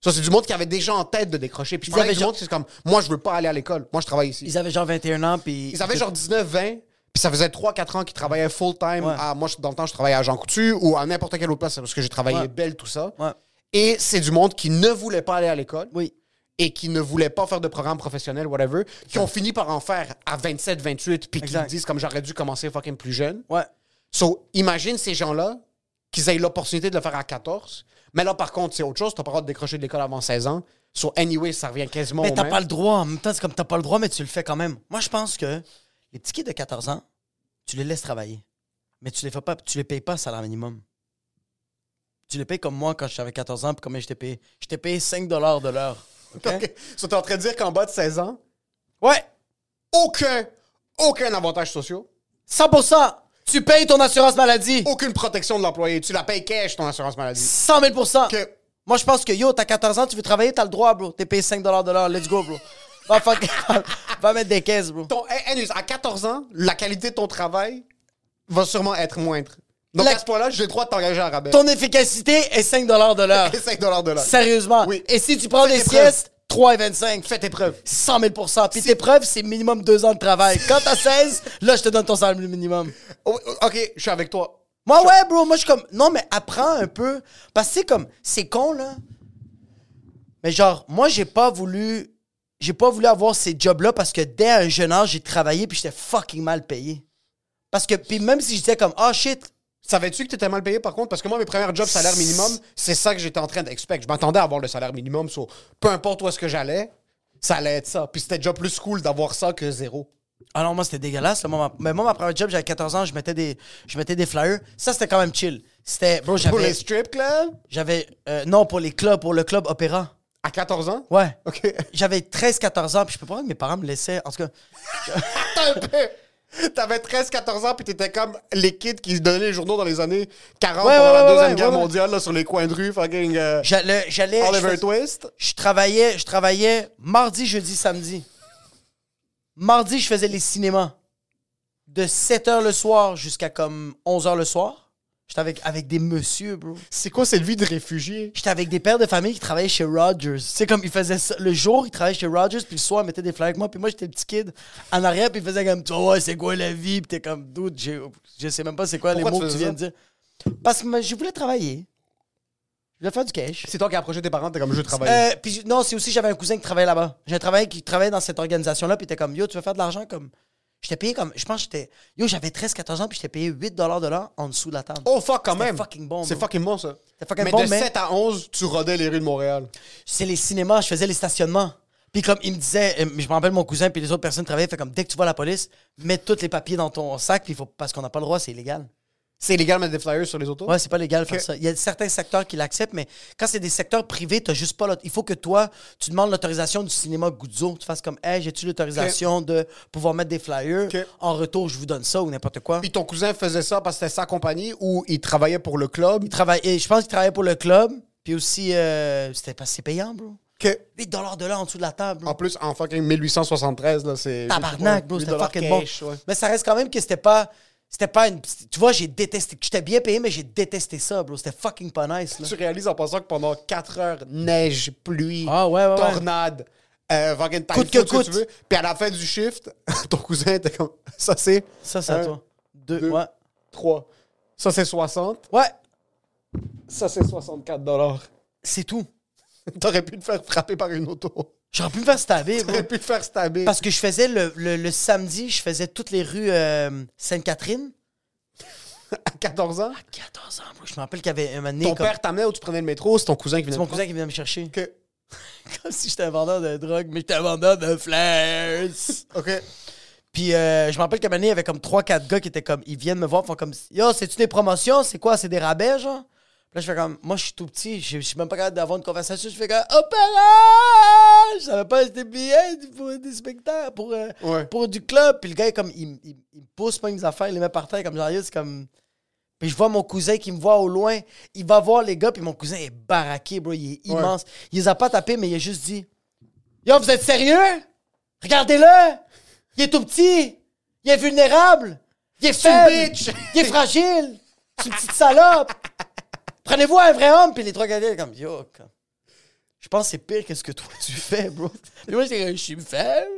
Speaker 3: Ça, c'est du monde qui avait déjà en tête de décrocher. Puis je
Speaker 2: Ils avaient
Speaker 3: parlais avec du
Speaker 2: genre-
Speaker 3: monde qui est comme, moi, je veux pas aller à l'école. Moi, je travaille ici.
Speaker 2: Ils avaient genre 21 ans, puis.
Speaker 3: Ils avaient genre 19, 20, puis ça faisait 3-4 ans qu'ils travaillaient full-time.
Speaker 2: Ouais.
Speaker 3: à- Moi, je- dans le temps, je travaillais à Jean Coutu ou à n'importe quelle autre place parce que j'ai travaillé
Speaker 2: Ouais.
Speaker 3: belle, tout ça.
Speaker 2: Ouais.
Speaker 3: Et c'est du monde qui ne voulait pas aller à l'école
Speaker 2: Oui.
Speaker 3: et qui ne voulait pas faire de programme professionnel, whatever, qui ont fini par en faire à 27, 28, puis qui
Speaker 2: Exact.
Speaker 3: disent comme j'aurais dû commencer fucking plus jeune.
Speaker 2: Ouais.
Speaker 3: So, imagine ces gens-là qu'ils aient l'opportunité de le faire à 14. Mais là, par contre, c'est autre chose. T'as pas le droit de décrocher de l'école avant 16 ans. So, anyway, ça revient quasiment
Speaker 2: Mais
Speaker 3: au
Speaker 2: t'as
Speaker 3: même.
Speaker 2: pas le droit. En même temps, c'est comme t'as pas le droit, mais tu le fais quand même. Moi, je pense que les petits kids de 14 ans, tu les laisses travailler. Mais tu les fais pas, tu les payes pas salaire minimum. Tu les payes comme moi quand j'avais 14 ans, puis combien je t'ai payé? Je t'ai payé 5 de l'heure. OK?
Speaker 3: [laughs] Ok. So, t'es en train de dire qu'en bas de 16 ans,
Speaker 2: Ouais!
Speaker 3: aucun, aucun avantage social,
Speaker 2: 100 Tu payes ton assurance maladie.
Speaker 3: aucune protection de l'employé. Tu la payes cash, ton assurance maladie.
Speaker 2: 100 000
Speaker 3: Ok.
Speaker 2: Moi, je pense que yo, t'as 14 ans, tu veux travailler, t'as le droit, bro. T'es payé 5 de l'heure. Let's go, bro. Va, fuck- [laughs] va- va mettre des caisses, bro.
Speaker 3: Ton, eh, anyways, à 14 ans, la qualité de ton travail va sûrement être moindre. Donc,
Speaker 2: La-
Speaker 3: à ce point-là, j'ai le droit de t'engager à rabais. [laughs]
Speaker 2: Ton efficacité est 5 de l'heure.
Speaker 3: Et 5 de l'heure.
Speaker 2: Sérieusement.
Speaker 3: Oui.
Speaker 2: Et si tu prends
Speaker 3: Fais
Speaker 2: des
Speaker 3: tes preuves.
Speaker 2: siestes, 3,25.
Speaker 3: Fais tes preuves.
Speaker 2: 100 000 Puis tes preuves, c'est minimum 2 ans de travail. Quand t'as 16, là, je te donne ton salaire minimum.
Speaker 3: Oh, oh, ok, je suis avec toi.
Speaker 2: Moi, ouais, bro, moi, je suis comme. Non, mais apprends un peu. Parce que c'est comme. C'est con, là. Mais genre, moi, j'ai pas voulu. J'ai pas voulu avoir ces jobs-là parce que dès un jeune âge, j'ai travaillé puis j'étais fucking mal payé. Parce que, puis même si j'étais comme, ah shit,
Speaker 3: Savais-tu que t'étais mal payé par contre? Parce que moi, mes premiers jobs salaire minimum, c'est ça que j'étais en train d'expect. Je m'attendais à avoir le salaire minimum, so, peu importe où est-ce que j'allais, ça allait être ça. Puis c'était déjà plus cool d'avoir ça que zéro.
Speaker 2: Ah non, moi, c'était dégueulasse. là. Moi, ma- Mais moi, ma première job, j'avais 14 ans, je mettais des, je mettais des flyers. Ça, c'était quand même chill. C'était, bro,
Speaker 3: Pour les
Speaker 2: j'avais.
Speaker 3: strip clubs,
Speaker 2: J'avais. euh, non, pour les clubs, pour le club opéra.
Speaker 3: à 14 ans?
Speaker 2: Ouais.
Speaker 3: Ok.
Speaker 2: J'avais 13-14 ans, puis je peux pas croire que mes parents me laissaient. En tout cas,
Speaker 3: Attends un peu. T'avais 13-14 ans, puis t'étais comme les kids qui se donnaient les journaux dans les années 40
Speaker 2: Ouais,
Speaker 3: pendant
Speaker 2: ouais,
Speaker 3: la
Speaker 2: ouais,
Speaker 3: Deuxième
Speaker 2: ouais,
Speaker 3: Guerre
Speaker 2: ouais, ouais.
Speaker 3: mondiale, là, sur les coins de rue, fucking euh,
Speaker 2: j'allais. j'allais- je
Speaker 3: Oliver
Speaker 2: faisais-
Speaker 3: Twist.
Speaker 2: je travaillais, je travaillais mardi, jeudi, samedi. Mardi, je faisais les cinémas. De 7h le soir jusqu'à comme 11h le soir. J'étais avec, avec des messieurs, bro.
Speaker 3: C'est quoi cette vie de réfugié?
Speaker 2: J'étais avec des pères de famille qui travaillaient chez Rogers. C'est comme ils faisaient ça. Le jour, ils travaillaient chez Rogers, puis le soir, ils mettaient des flyers avec moi. Puis moi, j'étais le petit kid en arrière, puis ils faisaient comme, oh, ouais, c'est quoi la vie? Puis t'es comme, dude, j'ai- je sais même pas c'est quoi
Speaker 3: Pourquoi
Speaker 2: les mots
Speaker 3: tu
Speaker 2: que tu
Speaker 3: faisais
Speaker 2: viens de dire. Parce que moi, je voulais travailler. Je voulais faire du cash.
Speaker 3: C'est toi qui as approché tes parents, t'es comme je travaille.
Speaker 2: Euh, puis non, c'est aussi j'avais un cousin qui travaillait là-bas. J'ai un travail qui travaillait dans cette organisation-là, puis t'es comme yo, tu veux faire de l'argent comme J'étais payé comme. Je pense que j'étais. Yo, j'avais 13-14 ans, puis j'étais payé 8 de l'heure en dessous de la table.
Speaker 3: Oh fuck, quand
Speaker 2: C'était
Speaker 3: même.
Speaker 2: fucking bon,
Speaker 3: C'est
Speaker 2: bro.
Speaker 3: fucking bon, ça.
Speaker 2: C'était fucking
Speaker 3: mais
Speaker 2: bon,
Speaker 3: de
Speaker 2: mais-
Speaker 3: 7 à 11, tu rodais les rues de Montréal.
Speaker 2: c'est les cinémas, je faisais les stationnements. Puis comme il me disait, euh, je me rappelle mon cousin puis les autres personnes travaillaient, fait comme dès que tu vois la police, mets tous les papiers dans ton sac, puis il faut parce qu'on n'a pas le droit, c'est illégal.
Speaker 3: C'est illégal de mettre des flyers sur les autos?
Speaker 2: Ouais, c'est pas légal de faire ça. Il y a certains secteurs qui l'acceptent, mais quand c'est des secteurs privés, t'as juste pas l'auto- Il faut que toi, tu demandes l'autorisation du cinéma Guzzo. Tu fasses comme, hey, j'ai-tu l'autorisation de pouvoir mettre des flyers?
Speaker 3: Ok.
Speaker 2: En retour, je vous donne ça ou n'importe quoi.
Speaker 3: Puis ton cousin faisait ça parce que c'était sa compagnie ou il travaillait pour le club.
Speaker 2: Il travaille, et je pense qu'il travaillait pour le club, puis aussi, euh, c'était pas c'est payant, bro. 8 de l'heure en dessous de la table. bro.
Speaker 3: En plus, en fucking 1873, là, c'est.
Speaker 2: Tabarnak, bro,
Speaker 3: Ouais,
Speaker 2: c'était
Speaker 3: 8
Speaker 2: fucking
Speaker 3: cash,
Speaker 2: bon.
Speaker 3: ouais.
Speaker 2: Mais ça reste quand même que c'était pas. C'était pas une. Tu vois, j'ai détesté. J'étais bien payé, mais j'ai détesté ça, bro. C'était fucking pas nice, là.
Speaker 3: Tu réalises en passant que pendant 4 heures, neige, pluie,
Speaker 2: Ah, ouais, ouais, ouais.
Speaker 3: tornade, euh, fucking typhoon,
Speaker 2: Coûte que
Speaker 3: ce
Speaker 2: coûte.
Speaker 3: tu veux. Puis à la fin du shift, [laughs] ton cousin était comme. Ça, c'est.
Speaker 2: Ça, c'est à
Speaker 3: Un,
Speaker 2: toi. Deux,
Speaker 3: deux.
Speaker 2: ouais.
Speaker 3: 3. Ça, c'est 60.
Speaker 2: Ouais,
Speaker 3: Ça, c'est 64 dollars. [laughs]
Speaker 2: c'est tout.
Speaker 3: T'aurais pu te faire frapper par une auto.
Speaker 2: J'aurais pu me faire stabber, bro.
Speaker 3: [laughs] T'aurais pu te faire stabber.
Speaker 2: Parce que je faisais le, le- le samedi, je faisais toutes les rues euh, Sainte-Catherine.
Speaker 3: À 14 ans,
Speaker 2: 14 ans, bro. Je me rappelle qu'il y avait un moment donné,
Speaker 3: ton
Speaker 2: comme-
Speaker 3: père t'amenait où tu prenais le métro, c'est ton cousin qui venait.
Speaker 2: C'est mon
Speaker 3: te
Speaker 2: cousin qui venait me chercher.
Speaker 3: prendre.
Speaker 2: [laughs] Comme si j'étais un vendeur de drogue, mais j'étais un vendeur de flares. [laughs]
Speaker 3: Ok. Ok.
Speaker 2: Puis euh, je me rappelle qu'à un moment donné, il y avait comme 3-4 gars qui étaient comme, ils viennent me voir, font comme, yo, c'est-tu des promotions? C'est quoi? C'est des rabais, genre? Puis là, je fais comme, moi, je suis tout petit, je je suis même pas capable d'avoir une conversation. Je fais comme, opéra! Je savais pas, c'était bien pour des spectacles, pour, euh,
Speaker 3: Ouais.
Speaker 2: pour du club. Puis le gars, est comme, il, il, il me pousse pas mes affaires, il les met par terre, comme genre, Yo, c'est comme. Puis je vois mon cousin qui me voit au loin, il va voir les gars, puis mon cousin est baraqué, bro, il est
Speaker 3: Ouais.
Speaker 2: immense. Il les a pas tapés, mais il a juste dit, Yo, vous êtes sérieux? Regardez-le! Il est tout petit! Il est vulnérable! Il est faible!
Speaker 3: bitch.
Speaker 2: Il est fragile! C'est une petite salope! Prenez-vous un vrai homme! Puis les trois gars étaient comme Yo, comme, je pense que c'est pire que ce que toi tu fais, bro. Puis moi, j'étais comme, je suis faible.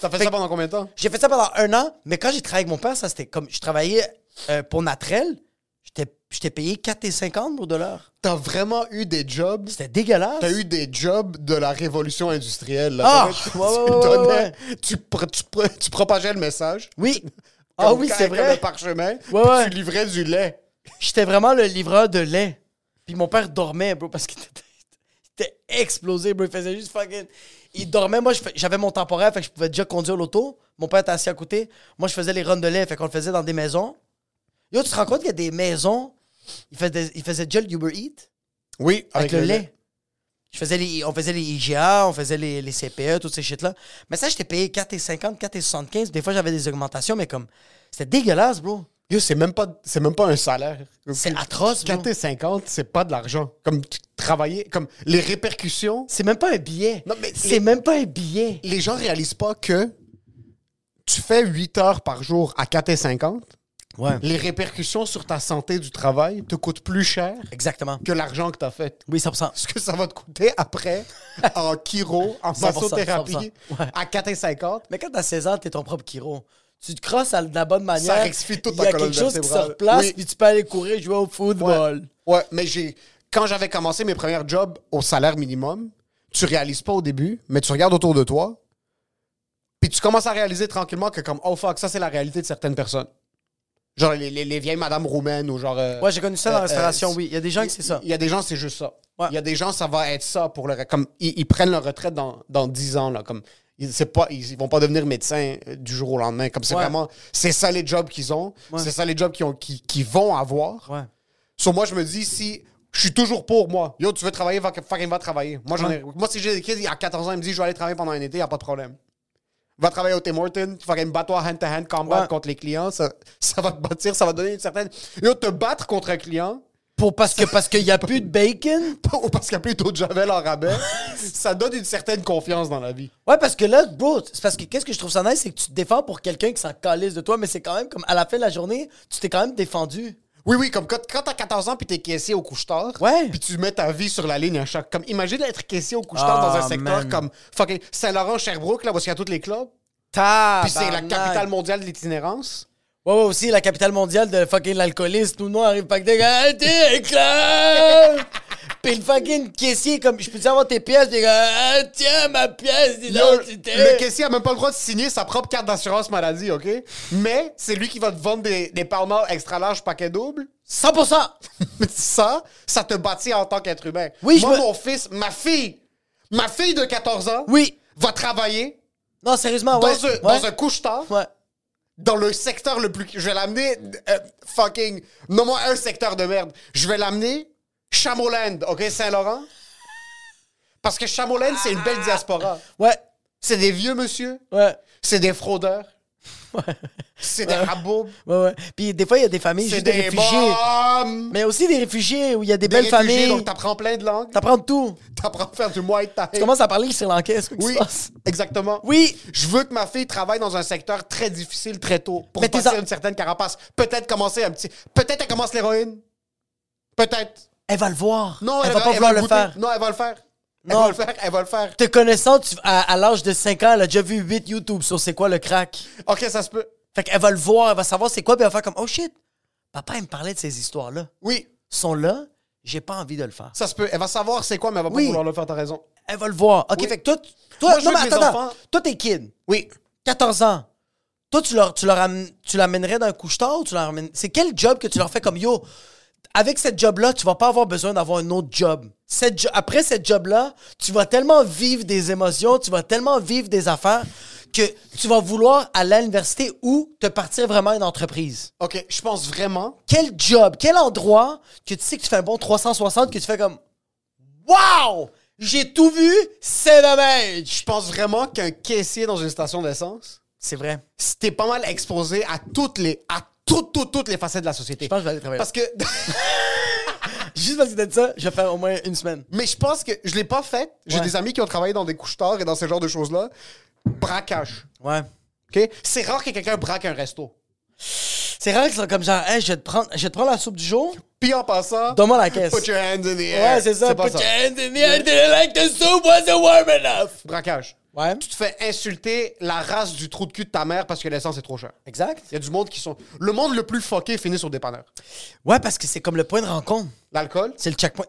Speaker 3: T'as fait, ça pendant combien de temps?
Speaker 2: J'ai fait ça pendant un an, mais quand j'ai travaillé avec mon père, ça c'était comme. Je travaillais euh, pour Natrel, j'étais j'étais payé 4,50 bro, de l'heure.
Speaker 3: T'as vraiment eu des jobs.
Speaker 2: C'était dégueulasse.
Speaker 3: T'as eu des jobs de la révolution industrielle. Là.
Speaker 2: Ah!
Speaker 3: [laughs] Tu
Speaker 2: Ouais, ouais,
Speaker 3: tu
Speaker 2: ouais,
Speaker 3: donnais-
Speaker 2: ouais,
Speaker 3: Tu, pro- tu pro- tu propageais le message.
Speaker 2: Oui! Ah
Speaker 3: Comme
Speaker 2: oui,
Speaker 3: quand-
Speaker 2: c'est
Speaker 3: comme
Speaker 2: vrai!
Speaker 3: un parchemin. puis
Speaker 2: ouais.
Speaker 3: Tu livrais du lait.
Speaker 2: J'étais vraiment le livreur de lait. Puis mon père dormait, bro, parce qu'il était, il était explosé, bro. Il faisait juste fucking. Il dormait. Moi, je fais- j'avais mon temporaire, fait que je pouvais déjà conduire l'auto. Mon père était assis à côté. Moi, je faisais les runs de lait, fait qu'on le faisait dans des maisons. Yo, tu te rends compte qu'il y a des maisons. Ils faisaient, ils faisaient déjà le Uber Eats
Speaker 3: Oui,
Speaker 2: avec, le, lait. Je faisais les, on faisait les IGA, on faisait les, les CPE, toutes ces shit-là. Mais ça, j'étais payé 4,50, 4,75. Des fois, j'avais des augmentations, mais comme. C'était dégueulasse, bro.
Speaker 3: Yo, c'est même pas, c'est même pas un salaire.
Speaker 2: C'est atroce, bro.
Speaker 3: 4,50, c'est pas de l'argent. Comme tu- travailler, comme les répercussions.
Speaker 2: C'est même pas un billet.
Speaker 3: Non, mais
Speaker 2: c'est
Speaker 3: les-
Speaker 2: même pas un billet.
Speaker 3: Les gens réalisent pas que tu fais 8 heures par jour à 4,50.
Speaker 2: Ouais.
Speaker 3: Les répercussions sur ta santé du travail te coûtent plus cher
Speaker 2: Exactement.
Speaker 3: que l'argent que t'as fait.
Speaker 2: Oui, 100%.
Speaker 3: ce que ça va te coûter après
Speaker 2: [laughs]
Speaker 3: en chiro, en
Speaker 2: 100%,
Speaker 3: massothérapie,
Speaker 2: 100%, ouais.
Speaker 3: à 4,50.
Speaker 2: Mais quand t'as 16 ans, t'es ton propre chiro. Tu te crosses à- de la bonne manière.
Speaker 3: rectifie toute
Speaker 2: Il y a
Speaker 3: ta colonne
Speaker 2: quelque chose qui se
Speaker 3: vertébrale.
Speaker 2: replace,
Speaker 3: Oui.
Speaker 2: puis tu peux aller courir jouer au football.
Speaker 3: Ouais, mais j'ai quand j'avais commencé mes premiers jobs au salaire minimum, tu réalises pas au début, mais tu regardes autour de toi, puis tu commences à réaliser tranquillement que comme oh fuck, ça c'est la réalité de certaines personnes. Genre les, les- les vieilles madames roumaines ou genre euh,
Speaker 2: Ouais, j'ai connu ça dans la
Speaker 3: euh,
Speaker 2: restauration,
Speaker 3: euh,
Speaker 2: oui. Il y a des gens que c'est ça.
Speaker 3: Il y a des gens, c'est juste ça.
Speaker 2: Ouais.
Speaker 3: Il y a des gens, ça va être ça pour leur. Comme ils, ils prennent leur retraite dans, dans 10 ans, là. Comme ils, c'est pas, ils, ils vont pas devenir médecins euh, du jour au lendemain. Comme c'est
Speaker 2: Ouais.
Speaker 3: vraiment. C'est ça les jobs qu'ils ont.
Speaker 2: Ouais.
Speaker 3: C'est ça les jobs qu'ils, ont, qu'ils, qu'ils vont avoir.
Speaker 2: Ouais.
Speaker 3: Sur moi, je me dis, si. Je suis toujours pour moi. Yo, tu veux travailler, va, fucking va travailler. Moi, j'en ai- moi, si j'ai des kids à 14 ans, ils me disent, je vais aller travailler pendant un été, y a pas de problème. Va travailler au Tim Hortons, fucking bats-toi hand-to-hand combat
Speaker 2: Ouais.
Speaker 3: contre les clients, ça, ça va te bâtir, ça va te donner une certaine. Yo, te battre contre un client, [laughs]
Speaker 2: Pour, parce que parce qu'il y a plus de bacon.
Speaker 3: ou parce qu'il y a plus taux de javel
Speaker 2: [laughs]
Speaker 3: en rabais, ça donne une certaine confiance dans la vie.
Speaker 2: Ouais, parce que là, bro, c'est parce que qu'est-ce que je trouve ça nice, c'est que tu te défends pour quelqu'un qui s'en calisse de toi, mais c'est quand même comme à la fin de la journée, tu t'es quand même défendu.
Speaker 3: Oui, oui, comme quand, quand t'as 14 ans puis t'es caissier au couche-tard,
Speaker 2: Ouais.
Speaker 3: puis tu mets ta vie sur la ligne à chaque... Comme, imagine être caissier au couche-tard
Speaker 2: Ah,
Speaker 3: dans un secteur
Speaker 2: man.
Speaker 3: comme fucking Saint-Laurent-Sherbrooke, là, parce qu'il y a tous les clubs,
Speaker 2: Tabarnak.
Speaker 3: puis c'est la capitale mondiale de l'itinérance.
Speaker 2: Ouais, ouais,
Speaker 3: [laughs]
Speaker 2: aussi, la capitale mondiale de fucking l'alcoolisme. Tout le monde arrive pas que des gars, Hey, t'es un club! Puis le fucking caissier, comme, je peux-tu avoir tes pièces? Puis il est comme, Ah, tiens, ma pièce
Speaker 3: Yo,
Speaker 2: d'identité.
Speaker 3: le caissier Euh, a même pas le droit de signer sa propre carte d'assurance maladie, OK? Mais c'est lui qui va te vendre des, des palmards extra larges paquet double. [laughs]
Speaker 2: 100%!
Speaker 3: Mais ça, ça te bâtit en tant qu'être humain.
Speaker 2: Oui, je
Speaker 3: Moi,
Speaker 2: me-
Speaker 3: mon fils, ma fille, ma fille de 14 ans
Speaker 2: Oui.
Speaker 3: va travailler
Speaker 2: Non, sérieusement, ouais.
Speaker 3: dans, un,
Speaker 2: ouais.
Speaker 3: dans un couche-tard,
Speaker 2: Ouais.
Speaker 3: dans le secteur le plus... Je vais l'amener... euh, fucking... Nomme-moi un secteur de merde. Je vais l'amener Chamoland, OK? Saint-Laurent. Parce que Chamoland, c'est une belle diaspora.
Speaker 2: Ouais.
Speaker 3: C'est des vieux monsieur.
Speaker 2: Ouais.
Speaker 3: C'est des fraudeurs. C'est des rabots.
Speaker 2: Ouais, ouais. Puis des fois, il y a des familles,
Speaker 3: C'est
Speaker 2: juste
Speaker 3: des,
Speaker 2: des réfugiés.
Speaker 3: bombes.
Speaker 2: Mais aussi des réfugiés où il y a des,
Speaker 3: Des
Speaker 2: belles
Speaker 3: réfugiés,
Speaker 2: familles.
Speaker 3: Donc, t'apprends plein de langues.
Speaker 2: T'apprends de tout.
Speaker 3: T'apprends à faire du Muay Thai.
Speaker 2: Tu commences à parler le Sri Lankais, c'est quoi qui
Speaker 3: Oui,
Speaker 2: se passe?
Speaker 3: exactement.
Speaker 2: Oui.
Speaker 3: Je veux que ma fille travaille dans un secteur très difficile très tôt pour
Speaker 2: Mais tes
Speaker 3: passer
Speaker 2: en-
Speaker 3: une certaine carapace. Peut-être commencer un petit... Peut-être elle commence l'héroïne. Peut-être.
Speaker 2: Elle va le voir.
Speaker 3: Non,
Speaker 2: elle, va pas vouloir le
Speaker 3: goûter.
Speaker 2: faire.
Speaker 3: Non, elle va le faire. Elle
Speaker 2: Non.
Speaker 3: va le faire. Elle va le faire.
Speaker 2: Te connaissant, tu- à, à l'âge de 5 ans, elle a déjà vu 8 YouTube sur c'est quoi le crack.
Speaker 3: OK, ça se peut.
Speaker 2: Fait qu'elle va le voir, elle va savoir c'est quoi, puis elle va faire comme, oh shit, papa, il me parlait de ces histoires-là.
Speaker 3: Oui,
Speaker 2: Ils sont là, j'ai pas envie de le faire.
Speaker 3: ça se peut. Elle va savoir c'est quoi, mais elle va pas
Speaker 2: Oui.
Speaker 3: vouloir le faire, t'as raison.
Speaker 2: Elle va le voir. OK,
Speaker 3: Oui.
Speaker 2: fait que toi, tu- toi,
Speaker 3: Moi, je
Speaker 2: non,
Speaker 3: veux
Speaker 2: mais
Speaker 3: que mes
Speaker 2: attends, attends.
Speaker 3: enfants-
Speaker 2: toi, t'es kid,
Speaker 3: Oui.
Speaker 2: 14 ans. Toi, tu leur, tu leur am- tu l'amènerais dans un couche-tard ou tu leur amènes- C'est quel job que tu leur fais comme, yo, avec cette job-là, tu vas pas avoir besoin d'avoir un autre job. Cette jo- Après cette job-là, tu vas tellement vivre des émotions, tu vas tellement vivre des affaires que tu vas vouloir aller à l'université ou te partir vraiment une entreprise.
Speaker 3: OK, je pense vraiment
Speaker 2: quel job, quel endroit que tu sais que tu fais un bon 360 que tu fais comme Wow! J'ai tout vu, c'est dommage!
Speaker 3: Je pense vraiment qu'un caissier dans une station d'essence,
Speaker 2: C'est vrai.
Speaker 3: t'es pas mal exposé à toutes les, à toutes, toutes, toutes les facettes de la société.
Speaker 2: Je pense que je vais aller travailler
Speaker 3: Parce que, [laughs]
Speaker 2: Juste parce que t'as dit ça, je vais faire au moins une semaine.
Speaker 3: mais je pense que je l'ai pas fait. J'ai
Speaker 2: Ouais.
Speaker 3: des amis qui ont travaillé dans des couches tard et dans ce genre de choses-là. Braquage.
Speaker 2: Ouais.
Speaker 3: OK? C'est rare que quelqu'un braque un resto.
Speaker 2: C'est rare qu'ils sont comme genre, hey, je vais te prendre, je vais te prendre la soupe du jour,
Speaker 3: Puis en passant,
Speaker 2: donne-moi la caisse.
Speaker 3: put your hands in the air.
Speaker 2: Ouais, c'est ça.
Speaker 3: pas
Speaker 2: Put your hands in the air, didn't like the soup, wasn't warm enough.
Speaker 3: Braquage.
Speaker 2: Ouais.
Speaker 3: Tu te fais insulter la race du trou de cul de ta mère parce que l'essence est trop chère. Il
Speaker 2: Exact.
Speaker 3: y a du monde qui sont. Le monde le plus fucké finit sur des panneurs.
Speaker 2: Ouais, parce que c'est comme le point de rencontre.
Speaker 3: L'alcool, [laughs]
Speaker 2: C'est le checkpoint.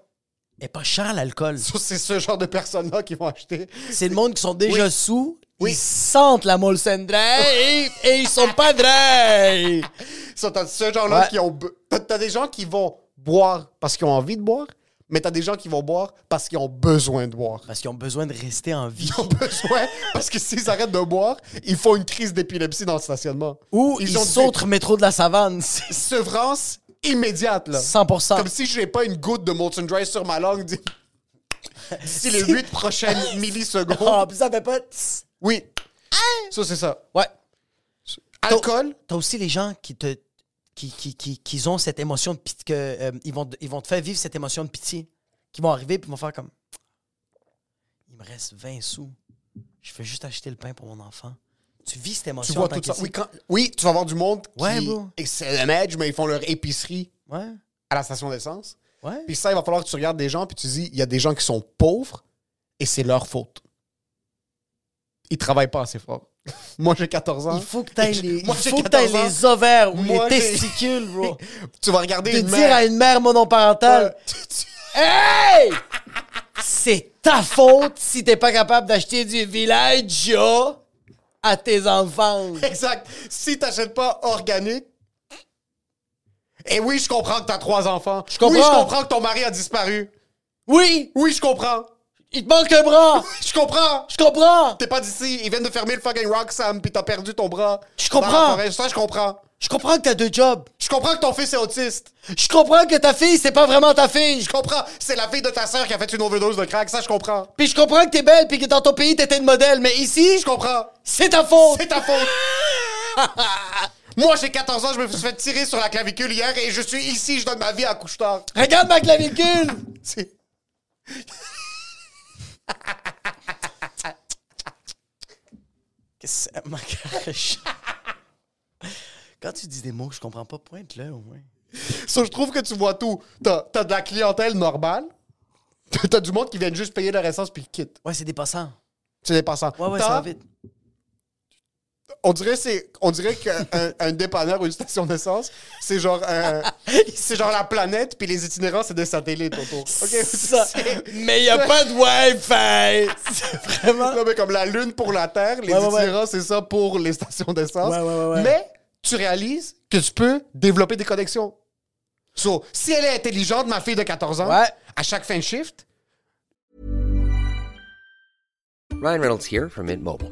Speaker 2: Mais pas cher l'alcool.
Speaker 3: c'est ce genre de personnes-là qui vont acheter.
Speaker 2: C'est le monde qui sont déjà
Speaker 3: Oui.
Speaker 2: sous.
Speaker 3: Oui.
Speaker 2: Ils sentent la Molson Dry et, et ils sont pas dry.
Speaker 3: Ça, t'as ce genre-là
Speaker 2: Ouais.
Speaker 3: qui ont. bu- T'as t'as des gens qui vont boire parce qu'ils ont envie de boire, mais t'as des gens qui vont boire parce qu'ils ont besoin de boire. [laughs]
Speaker 2: Parce qu'ils ont besoin de rester en vie.
Speaker 3: Ils ont besoin parce que s'ils arrêtent de boire, ils font une crise d'épilepsie dans le stationnement.
Speaker 2: Ou ils,
Speaker 3: ont des
Speaker 2: sautent au métro de la savane. [laughs] C'est
Speaker 3: Sevrance immédiate, là.
Speaker 2: 100%.
Speaker 3: Comme si j'ai pas une goutte de Molson Dry sur ma langue d'ici
Speaker 2: [laughs]
Speaker 3: d'ici les 8 prochaines
Speaker 2: Ah, hein?
Speaker 3: millisecondes.
Speaker 2: puis ça fait pas... tss.
Speaker 3: Oui. Ça, c'est ça.
Speaker 2: Ouais.
Speaker 3: Alcool.
Speaker 2: T'as aussi les gens qui te... Qui, qui, qui, qui ont cette émotion de pitié, que, euh, ils, vont, ils vont te faire vivre cette émotion de pitié. Qui vont arriver puis vont faire comme... Il me reste 20 sous. Je veux juste acheter le pain pour mon enfant. Tu vis cette
Speaker 3: Tu
Speaker 2: émotion. en
Speaker 3: vois
Speaker 2: tant
Speaker 3: tout ça.
Speaker 2: qu'ici.
Speaker 3: Oui, quand- oui, tu vas voir du monde
Speaker 2: Ouais,
Speaker 3: qui.
Speaker 2: bro.
Speaker 3: Et c'est le match, mais ils font leur épicerie
Speaker 2: Ouais.
Speaker 3: à la station d'essence.
Speaker 2: Ouais.
Speaker 3: Puis ça, il va falloir que tu regardes des gens puis tu dis, il y a des gens qui sont pauvres et c'est leur faute. Ils travaillent pas assez fort. [laughs] Moi, j'ai 14 ans.
Speaker 2: Il faut que t'aies les,
Speaker 3: Moi,
Speaker 2: il
Speaker 3: j'ai
Speaker 2: faut que t'aies
Speaker 3: 14 ans.
Speaker 2: les ovaires ou
Speaker 3: Moi,
Speaker 2: les
Speaker 3: j'ai-
Speaker 2: testicules,
Speaker 3: [laughs]
Speaker 2: bro.
Speaker 3: Tu vas regarder
Speaker 2: De
Speaker 3: une
Speaker 2: dire
Speaker 3: mère-
Speaker 2: à une mère
Speaker 3: [laughs]
Speaker 2: monoparentale, hey, c'est ta faute si t'es pas capable d'acheter du village à tes enfants.
Speaker 3: Exact. Si t'achètes pas organique... Et oui, je comprends que t'as trois enfants. Je Oui,
Speaker 2: comprends.
Speaker 3: je comprends que ton mari a disparu.
Speaker 2: Oui,
Speaker 3: Oui, je comprends.
Speaker 2: il te manque un
Speaker 3: [laughs]
Speaker 2: bras.
Speaker 3: Je comprends.
Speaker 2: Je comprends.
Speaker 3: T'es pas d'ici. Ils viennent de fermer le fucking Roxham puis t'as perdu ton bras.
Speaker 2: Je
Speaker 3: Dans la
Speaker 2: comprends.
Speaker 3: forêt. Ça, je comprends.
Speaker 2: Je comprends que t'as deux jobs.
Speaker 3: Je comprends que ton fils est autiste.
Speaker 2: Je comprends que ta fille, c'est pas vraiment ta fille.
Speaker 3: Je comprends. C'est la fille de ta sœur qui a fait une overdose de crack. Ça, je comprends.
Speaker 2: Puis je comprends que t'es belle puis que dans ton pays, t'étais une modèle. Mais ici,
Speaker 3: Je comprends.
Speaker 2: c'est ta faute.
Speaker 3: C'est
Speaker 2: [laughs]
Speaker 3: ta faute. Moi, j'ai 14 ans, je me suis fait tirer sur la clavicule hier et je suis ici, je donne ma vie à couche-tard.
Speaker 2: Regarde ma clavicule.
Speaker 3: C'est-
Speaker 2: Qu'est-ce que c'est, ma crèche? Quand tu dis des mots que je comprends pas, pointe-le au moins.
Speaker 3: Ça, je trouve que tu vois tout. T'as t'as de la clientèle normale. T'as du monde qui vient juste payer leur essence puis qui quitte.
Speaker 2: Ouais, c'est dépassant. [laughs]
Speaker 3: C'est dépassant.
Speaker 2: Ouais, ouais,
Speaker 3: T'as-
Speaker 2: ça va vite.
Speaker 3: on dirait c'est on dirait qu'un un dépanneur ou une station d'essence, c'est genre
Speaker 2: [laughs]
Speaker 3: un- c'est genre la planète puis les itinérants c'est des satellites autour.
Speaker 2: [laughs]
Speaker 3: OK.
Speaker 2: Ça.
Speaker 3: c'est-
Speaker 2: Mais il n'y a pas de Wi-Fi! C'est vraiment.
Speaker 3: Non, mais comme la lune pour la terre, les
Speaker 2: Ouais, ouais, ouais.
Speaker 3: itinérants c'est ça pour les stations d'essence.
Speaker 2: Ouais, ouais, ouais, ouais.
Speaker 3: Mais tu réalises que tu peux développer des connexions. So, si elle est intelligente, ma fille de 14 ans,
Speaker 2: Ouais.
Speaker 3: à chaque fin de shift,
Speaker 4: Ryan Reynolds here from Mint Mobile.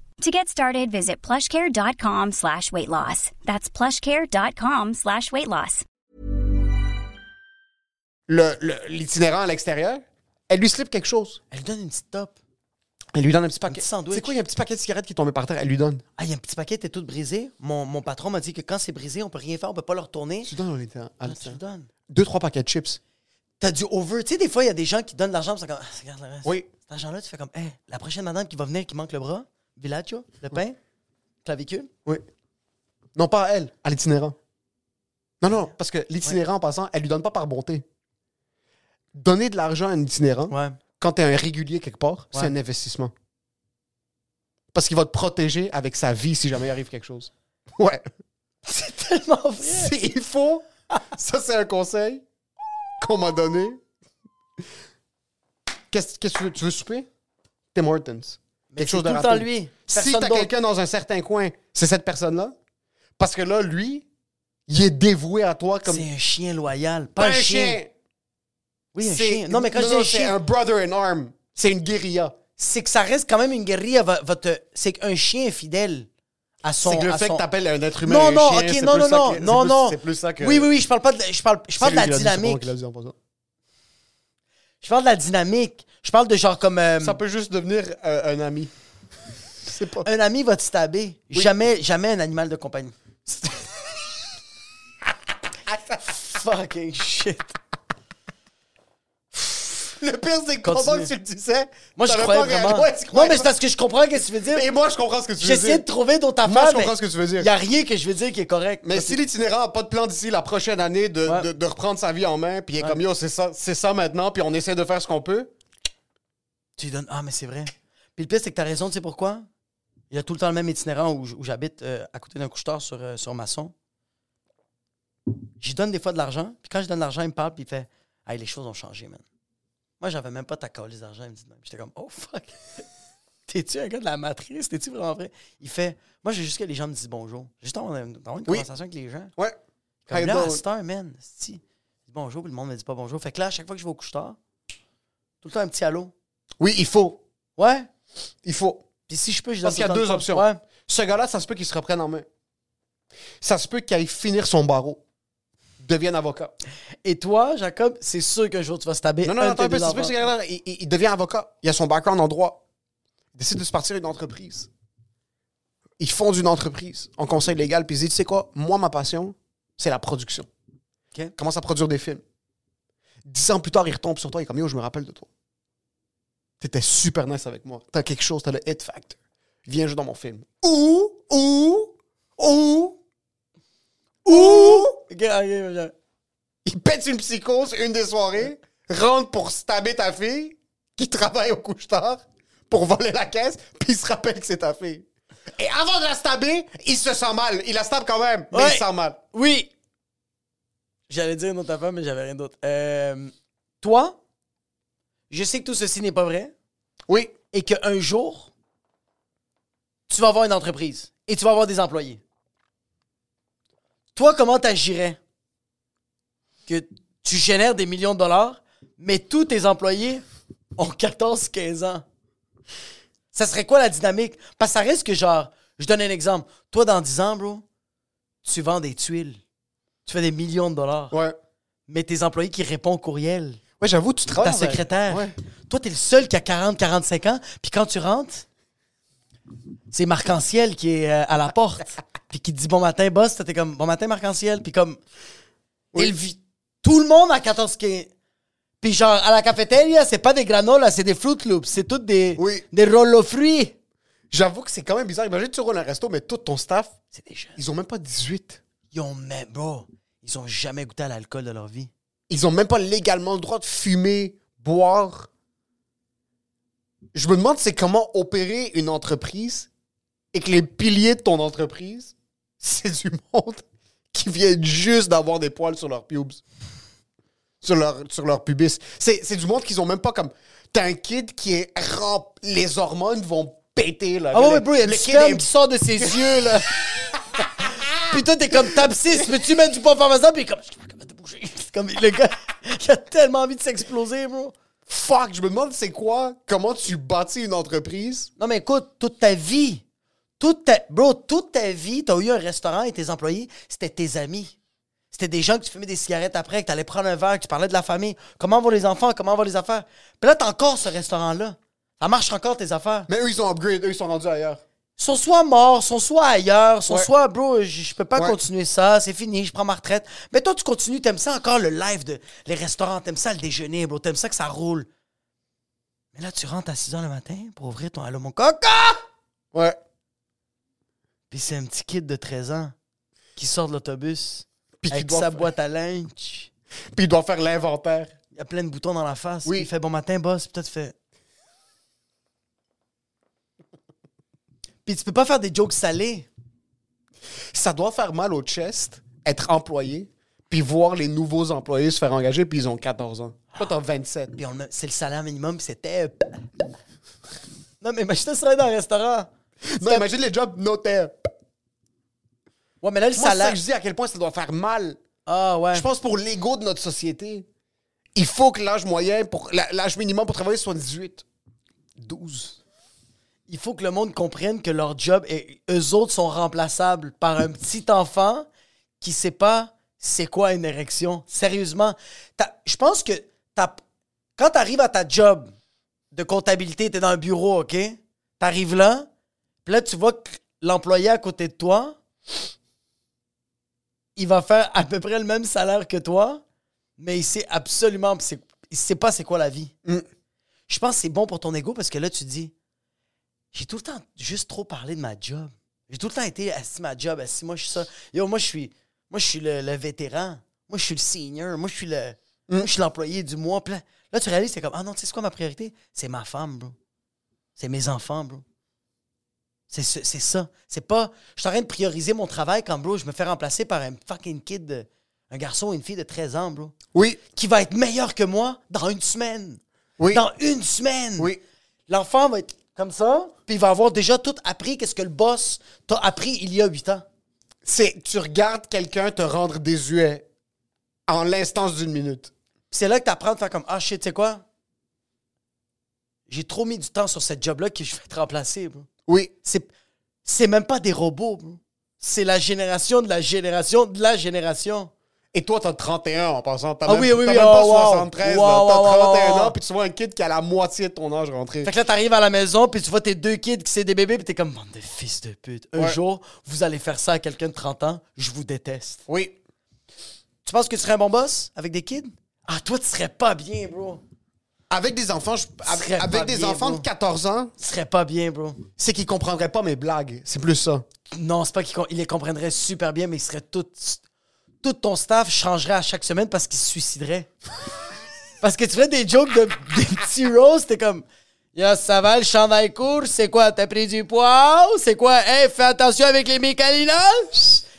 Speaker 5: To get started, visit plushcare.com slash weight loss. That's plushcare.com slash weight loss.
Speaker 3: le- le- l'itinérant à l'extérieur, elle lui slip quelque chose.
Speaker 2: Elle donne une petite top.
Speaker 3: Elle lui donne un petit paquet.
Speaker 2: petit sandwich.
Speaker 3: C'est quoi, il y a un petit paquet de cigarettes qui est tombé par terre, elle lui donne.
Speaker 2: Ah, il y a un petit paquet, t'es tout brisé. Mon, mon patron m'a dit que quand c'est brisé, on peut rien faire, on peut pas le retourner.
Speaker 3: Tu donnes en étant- en
Speaker 2: Ah, tu
Speaker 3: étant-
Speaker 2: le donnes.
Speaker 3: Deux, trois paquets de chips.
Speaker 2: T'as du over. Tu sais, des fois, il y a des gens qui donnent de l'argent, puis c'est comme, ah, regarde le reste.
Speaker 3: Oui.
Speaker 2: Cet argent-là, tu fais comme, hey, la prochaine madame qui va venir qui manque le bras, Villaggio, le pain, clavicule.
Speaker 3: Oui. Non, pas à elle, à l'itinérant. Non, non, parce que l'itinérant, en passant, elle lui donne pas par bonté. Donner de l'argent à un itinérant,
Speaker 2: Ouais.
Speaker 3: quand tu es un régulier quelque part, c'est
Speaker 2: Ouais.
Speaker 3: un investissement. Parce qu'il va te protéger avec sa vie si jamais il arrive quelque chose. Ouais.
Speaker 2: C'est tellement vrai.
Speaker 3: [laughs] Si il faut, ça c'est un conseil qu'on m'a donné. Qu'est-ce qu'est-ce que tu veux? Tu veux souper? Tim Hortons.
Speaker 2: Mais c'est
Speaker 3: Quelque chose de
Speaker 2: tout le
Speaker 3: rapide.
Speaker 2: temps lui.
Speaker 3: Si
Speaker 2: Personne
Speaker 3: t'as
Speaker 2: d'autre.
Speaker 3: quelqu'un dans un certain coin, c'est cette personne-là. Parce que là, lui, il est dévoué à toi comme...
Speaker 2: C'est un chien loyal, pas,
Speaker 3: Pas
Speaker 2: un chien. Oui, un
Speaker 3: C'est-
Speaker 2: chien. Non, mais quand je dis
Speaker 3: non,
Speaker 2: un
Speaker 3: c'est
Speaker 2: chien,
Speaker 3: un brother in arm. C'est une guérilla.
Speaker 2: c'est que ça reste quand même une guérilla. va- va te- C'est qu'un chien est fidèle à son.
Speaker 3: C'est que le
Speaker 2: à
Speaker 3: fait
Speaker 2: son-
Speaker 3: que t'appelles un être humain
Speaker 2: Non,
Speaker 3: un
Speaker 2: non,
Speaker 3: chien,
Speaker 2: ok,
Speaker 3: c'est
Speaker 2: non,
Speaker 3: plus
Speaker 2: non,
Speaker 3: ça
Speaker 2: non,
Speaker 3: que- c'est
Speaker 2: non,
Speaker 3: plus-
Speaker 2: non.
Speaker 3: C'est plus ça que...
Speaker 2: Oui, oui, oui, je parle pas de, je parle, je parle de la
Speaker 3: C'est lui qui l'a dit, c'est pas moi
Speaker 2: dynamique.
Speaker 3: qui l'a dit en passant.
Speaker 2: Je parle de la dynamique. Je parle de genre comme. euh,
Speaker 3: Ça peut juste devenir euh, un ami. [laughs] c'est pas...
Speaker 2: Un ami va te stabber. Jamais, jamais un animal de
Speaker 3: [laughs]
Speaker 2: compagnie. Fucking shit.
Speaker 3: Le pire, c'est
Speaker 2: Continue.
Speaker 3: que pendant que tu le disais,
Speaker 2: Moi, je
Speaker 3: t'avais
Speaker 2: croyais
Speaker 3: pas
Speaker 2: vraiment.
Speaker 3: réagi. Ouais, tu
Speaker 2: non,
Speaker 3: croyais
Speaker 2: mais c'est
Speaker 3: pas.
Speaker 2: parce que je comprends ce que tu veux dire.
Speaker 3: Et moi, je comprends ce que tu veux
Speaker 2: J'essaie
Speaker 3: dire.
Speaker 2: de trouver d'autres affaires.
Speaker 3: Moi, je
Speaker 2: mais
Speaker 3: comprends ce que tu veux dire.
Speaker 2: Il n'y a rien que je veux dire qui est correct.
Speaker 3: Mais
Speaker 2: Parce
Speaker 3: si
Speaker 2: que-
Speaker 3: l'itinérant n'a pas de plan d'ici la prochaine année de,
Speaker 2: Ouais.
Speaker 3: de- de reprendre sa vie en main, puis il est comme yo, c'est ça, c'est ça maintenant, puis on essaie de faire ce qu'on peut.
Speaker 2: Tu lui donnes. Ah, mais c'est vrai. Puis le pire, c'est que t'as raison, tu sais pourquoi? Il y a tout le temps le même itinérant où, j- où j'habite euh, à côté d'un couche-tard sur, euh, sur Masson. J'y donne des fois de l'argent. Puis quand je donne de l'argent, il me parle, puis il fait Hey, les choses ont changé, man. Moi, j'avais même pas ta calice d'argent. Il me dit non. J'étais comme Oh fuck. [laughs] T'es-tu un gars de la matrice? T'es-tu vraiment vrai? Il fait Moi, j'ai juste que les gens me disent bonjour. Juste avoir une, avoir une
Speaker 3: Oui.
Speaker 2: conversation avec les gens.
Speaker 3: Ouais.
Speaker 2: Comme
Speaker 3: Hey,
Speaker 2: là,
Speaker 3: bro.
Speaker 2: à cette heure, man, si, bonjour, puis le monde me dit pas bonjour. Fait que là, à chaque fois que je vais au couche-tard, tout le temps un petit allô.
Speaker 3: Oui, il faut.
Speaker 2: Ouais.
Speaker 3: Il faut.
Speaker 2: Puis si je peux, je
Speaker 3: Parce qu'il y a
Speaker 2: donne tout
Speaker 3: deux
Speaker 2: le temps.
Speaker 3: options.
Speaker 2: Ouais.
Speaker 3: Ce gars-là, ça se peut qu'il se reprenne en main. Ça se peut qu'il aille finir son barreau, devienne avocat.
Speaker 2: Et toi, Jacob, c'est sûr qu'un jour tu vas se taber.
Speaker 3: Non, non,
Speaker 2: un
Speaker 3: non,
Speaker 2: de
Speaker 3: attends
Speaker 2: tes
Speaker 3: un peu.
Speaker 2: deux
Speaker 3: Ça se peut que ce
Speaker 2: enfants.
Speaker 3: gars-là, il, il- il devient avocat. Il a son background en droit. Il décide de se partir une entreprise. Il fonde une entreprise en conseil légal, puis il se dit, tu sais quoi, moi, ma passion, c'est la production.
Speaker 2: Ok.
Speaker 3: commence à produire des films. Dix ans plus tard, il retombe sur toi et comme yo, je me rappelle de toi. T'étais super nice avec moi. T'as quelque chose, t'as le hit factor. Viens jouer dans mon film. Ou, ou, ou, ou,
Speaker 2: Ok, ok, ok.
Speaker 3: il pète une psychose une des soirées, rentre pour stabber ta fille, qui travaille au couche-tard, pour voler la caisse, puis il se rappelle que c'est ta fille. Et avant de la stabber, il se sent mal. Il la stab quand même, mais il
Speaker 2: Ouais.
Speaker 3: se sent mal.
Speaker 2: Oui. J'allais dire une autre affaire, mais j'avais rien d'autre. Euh, toi, je sais que tout ceci n'est pas vrai
Speaker 3: Oui,
Speaker 2: et qu'un jour, tu vas avoir une entreprise et tu vas avoir des employés. Toi, comment t'agirais? Que tu génères des millions de dollars, mais tous tes employés ont 14-15 ans. Ça serait quoi la dynamique? Parce que ça risque que, genre, je donne un exemple. Toi, dans 10 ans, bro, tu vends des tuiles. Tu fais des millions de dollars.
Speaker 3: Ouais.
Speaker 2: Mais tes employés qui répondent au courriel,
Speaker 3: Ouais, j'avoue, tu travailles.
Speaker 2: ta
Speaker 3: dans un-
Speaker 2: secrétaire,
Speaker 3: Ouais.
Speaker 2: toi, t'es le seul qui a 40-45 ans. Puis quand tu rentres, c'est Marc-en-Ciel qui est euh, à la [laughs] porte. puis qui te dit bon matin, boss. Toi, t'es comme bon matin, Marc-en-Ciel. Puis comme. t'es le vi- Tout le monde à 14 15 Puis genre, à la cafétéria, c'est pas des granolas, c'est des Fruit Loops. C'est toutes des,
Speaker 3: Oui.
Speaker 2: des rolls aux fruits.
Speaker 3: J'avoue que c'est quand même bizarre. Imagine, tu roules un resto, mais tout ton staff,
Speaker 2: C'est des jeunes.
Speaker 3: ils ont même pas 18.
Speaker 2: Ils ont même, bro, ils ont jamais goûté à l'alcool de leur vie.
Speaker 3: Ils ont même pas légalement le droit de fumer, boire. Je me demande, c'est comment opérer une entreprise et que les piliers de ton entreprise, [laughs] c'est du monde qui viennent juste d'avoir des poils sur leurs pubes. Sur leur, sur leur pubis. C'est c'est du monde qu'ils ont même pas comme. T'as un kid qui est rem- Les hormones vont péter, là.
Speaker 2: Ah
Speaker 3: Mais
Speaker 2: ouais,
Speaker 3: le-
Speaker 2: ouais, bro, il y a
Speaker 3: le
Speaker 2: du
Speaker 3: kid
Speaker 2: sperme
Speaker 3: [laughs] est-
Speaker 2: qui sort de ses [laughs] yeux, là. puis toi, t'es comme tape 6, mais tu mets du pompe pharmacien, puis il est comme, je sais pas comment te bouger. [laughs] C'est comme, le gars, il a tellement envie de s'exploser, bro.
Speaker 3: Fuck, je me demande c'est quoi, comment tu bâtis une entreprise.
Speaker 2: Non, mais écoute, toute ta vie, toute ta, bro, toute ta vie, t'as eu un restaurant et tes employés, c'était tes amis. C'était des gens que tu fumais des cigarettes après, que t'allais prendre un verre, que tu parlais de la famille. Comment vont les enfants? Comment vont les affaires? Puis là, t'as encore ce restaurant-là. Ça marche encore tes affaires.
Speaker 3: Mais eux, ils sont upgrade, eux, ils sont rendus ailleurs.
Speaker 2: sont soit morts, sont soit ailleurs, sont
Speaker 3: Ouais.
Speaker 2: soit, bro, je je peux pas
Speaker 3: Ouais.
Speaker 2: continuer ça, c'est fini, je prends ma retraite. Mais toi, tu continues, t'aimes ça encore le live de les restaurants, t'aimes ça le déjeuner, bro, t'aimes ça que ça roule. Mais là, tu rentres à 6 h le matin pour ouvrir ton Allo Mon Coca!
Speaker 3: Ouais.
Speaker 2: Puis c'est un petit kid de 13 ans qui sort de l'autobus
Speaker 3: Puis qui
Speaker 2: avec
Speaker 3: doit
Speaker 2: sa
Speaker 3: faire-
Speaker 2: boîte à linge.
Speaker 3: Puis ils doivent faire l'inventaire.
Speaker 2: Il y a plein de boutons dans la face.
Speaker 3: Oui.
Speaker 2: Il fait bon matin, boss. Puis toi, tu fais. [laughs] Puis tu peux pas faire des jokes salés.
Speaker 3: Ça doit faire mal au chest, être employé, puis voir les nouveaux employés se faire engager, puis ils ont 14 ans. Toi, t'as 27.
Speaker 2: Puis on a- c'est le salaire minimum, puis c'était. euh, Non, mais imagine, tu travailles dans un restaurant.
Speaker 3: Non, imagine les jobs notaires.
Speaker 2: Ouais, mais là, le
Speaker 3: Moi, c'est ça
Speaker 2: salaire.
Speaker 3: que je dis à quel point ça doit faire mal.
Speaker 2: Ah, ouais.
Speaker 3: Je pense pour l'ego de notre société, il faut que l'âge moyen, pour la- l'âge minimum pour travailler soit 18. 12.
Speaker 2: Il faut que le monde comprenne que leur job, et eux autres sont remplaçables par un petit enfant qui sait pas c'est quoi une érection. Sérieusement. T'as- Je pense que t'as- quand t'arrives à ta job de comptabilité, t'es dans un bureau, OK? T'arrives là, puis là, tu vois que l'employé à côté de toi, il va faire à peu près le même salaire que toi, mais il sait absolument, c'est- il sait pas c'est quoi la vie. Je pense que c'est bon pour ton ego parce que là, tu dis, j'ai tout le temps juste trop parlé de ma job. J'ai tout le temps été assis ma job, assis moi je suis ça. Yo, moi je suis moi je suis le, le vétéran, moi je suis le senior, moi je suis le moi, je suis l'employé du mois. Puis Là, là, tu réalises c'est comme ah non, tu sais c'est quoi ma priorité C'est ma femme, bro. C'est mes enfants, bro. C'est ce- c'est ça. C'est pas je suis en train de prioriser mon travail quand bro, je me fais remplacer par un fucking kid de- un garçon ou une fille de 13 ans, bro,
Speaker 3: Oui.
Speaker 2: qui va être meilleur que moi dans une semaine.
Speaker 3: Oui.
Speaker 2: Dans une semaine.
Speaker 3: Oui.
Speaker 2: L'enfant va être comme ça, puis il va avoir déjà tout appris qu'est-ce que le boss t'a appris il y a huit ans.
Speaker 3: C'est tu regardes quelqu'un te rendre désuet en l'instance d'une minute.
Speaker 2: Puis c'est là que t'apprends de faire comme Ah shit, tu sais quoi? J'ai trop mis du temps sur cette job-là que je vais te remplacer. bro.
Speaker 3: Oui.
Speaker 2: C'est, c'est même pas des robots. bro. C'est la génération de la génération de la génération.
Speaker 3: Et toi, t'as 31 en passant. T'as
Speaker 2: Ah
Speaker 3: même,
Speaker 2: oui, oui,
Speaker 3: t'as
Speaker 2: oui,
Speaker 3: même
Speaker 2: oh,
Speaker 3: pas
Speaker 2: wow.
Speaker 3: 73. là.
Speaker 2: Wow,
Speaker 3: t'as
Speaker 2: wow, wow,
Speaker 3: 31
Speaker 2: wow, wow.
Speaker 3: ans, puis tu vois un kid qui a la moitié de ton âge rentré.
Speaker 2: Fait que là, t'arrives à la maison, puis tu vois tes deux kids qui c'est des bébés, puis t'es comme Bande de fils de pute. Un
Speaker 3: Ouais.
Speaker 2: jour, vous allez faire ça à quelqu'un de 30 ans, je vous déteste.
Speaker 3: Oui.
Speaker 2: Tu penses que tu serais un bon boss avec des kids? Ah, toi, tu serais pas bien, bro.
Speaker 3: Avec des enfants, je- avec,
Speaker 2: serais
Speaker 3: avec
Speaker 2: pas
Speaker 3: des
Speaker 2: bien,
Speaker 3: enfants
Speaker 2: bro.
Speaker 3: de 14 ans,
Speaker 2: Tu serais pas bien, bro.
Speaker 3: c'est qu'ils comprendraient pas mes blagues. C'est plus ça.
Speaker 2: Non, c'est pas qu'il com- il les comprendrait super bien, mais il serait tout. Tout ton staff changerait à chaque semaine parce qu'il se suiciderait. [laughs] parce que tu fais des jokes de des petits roasts, t'es comme. Yo, ça va, le chandail court, c'est quoi? T'as pris du poids? C'est quoi? Hey, fais attention avec les mécaninas!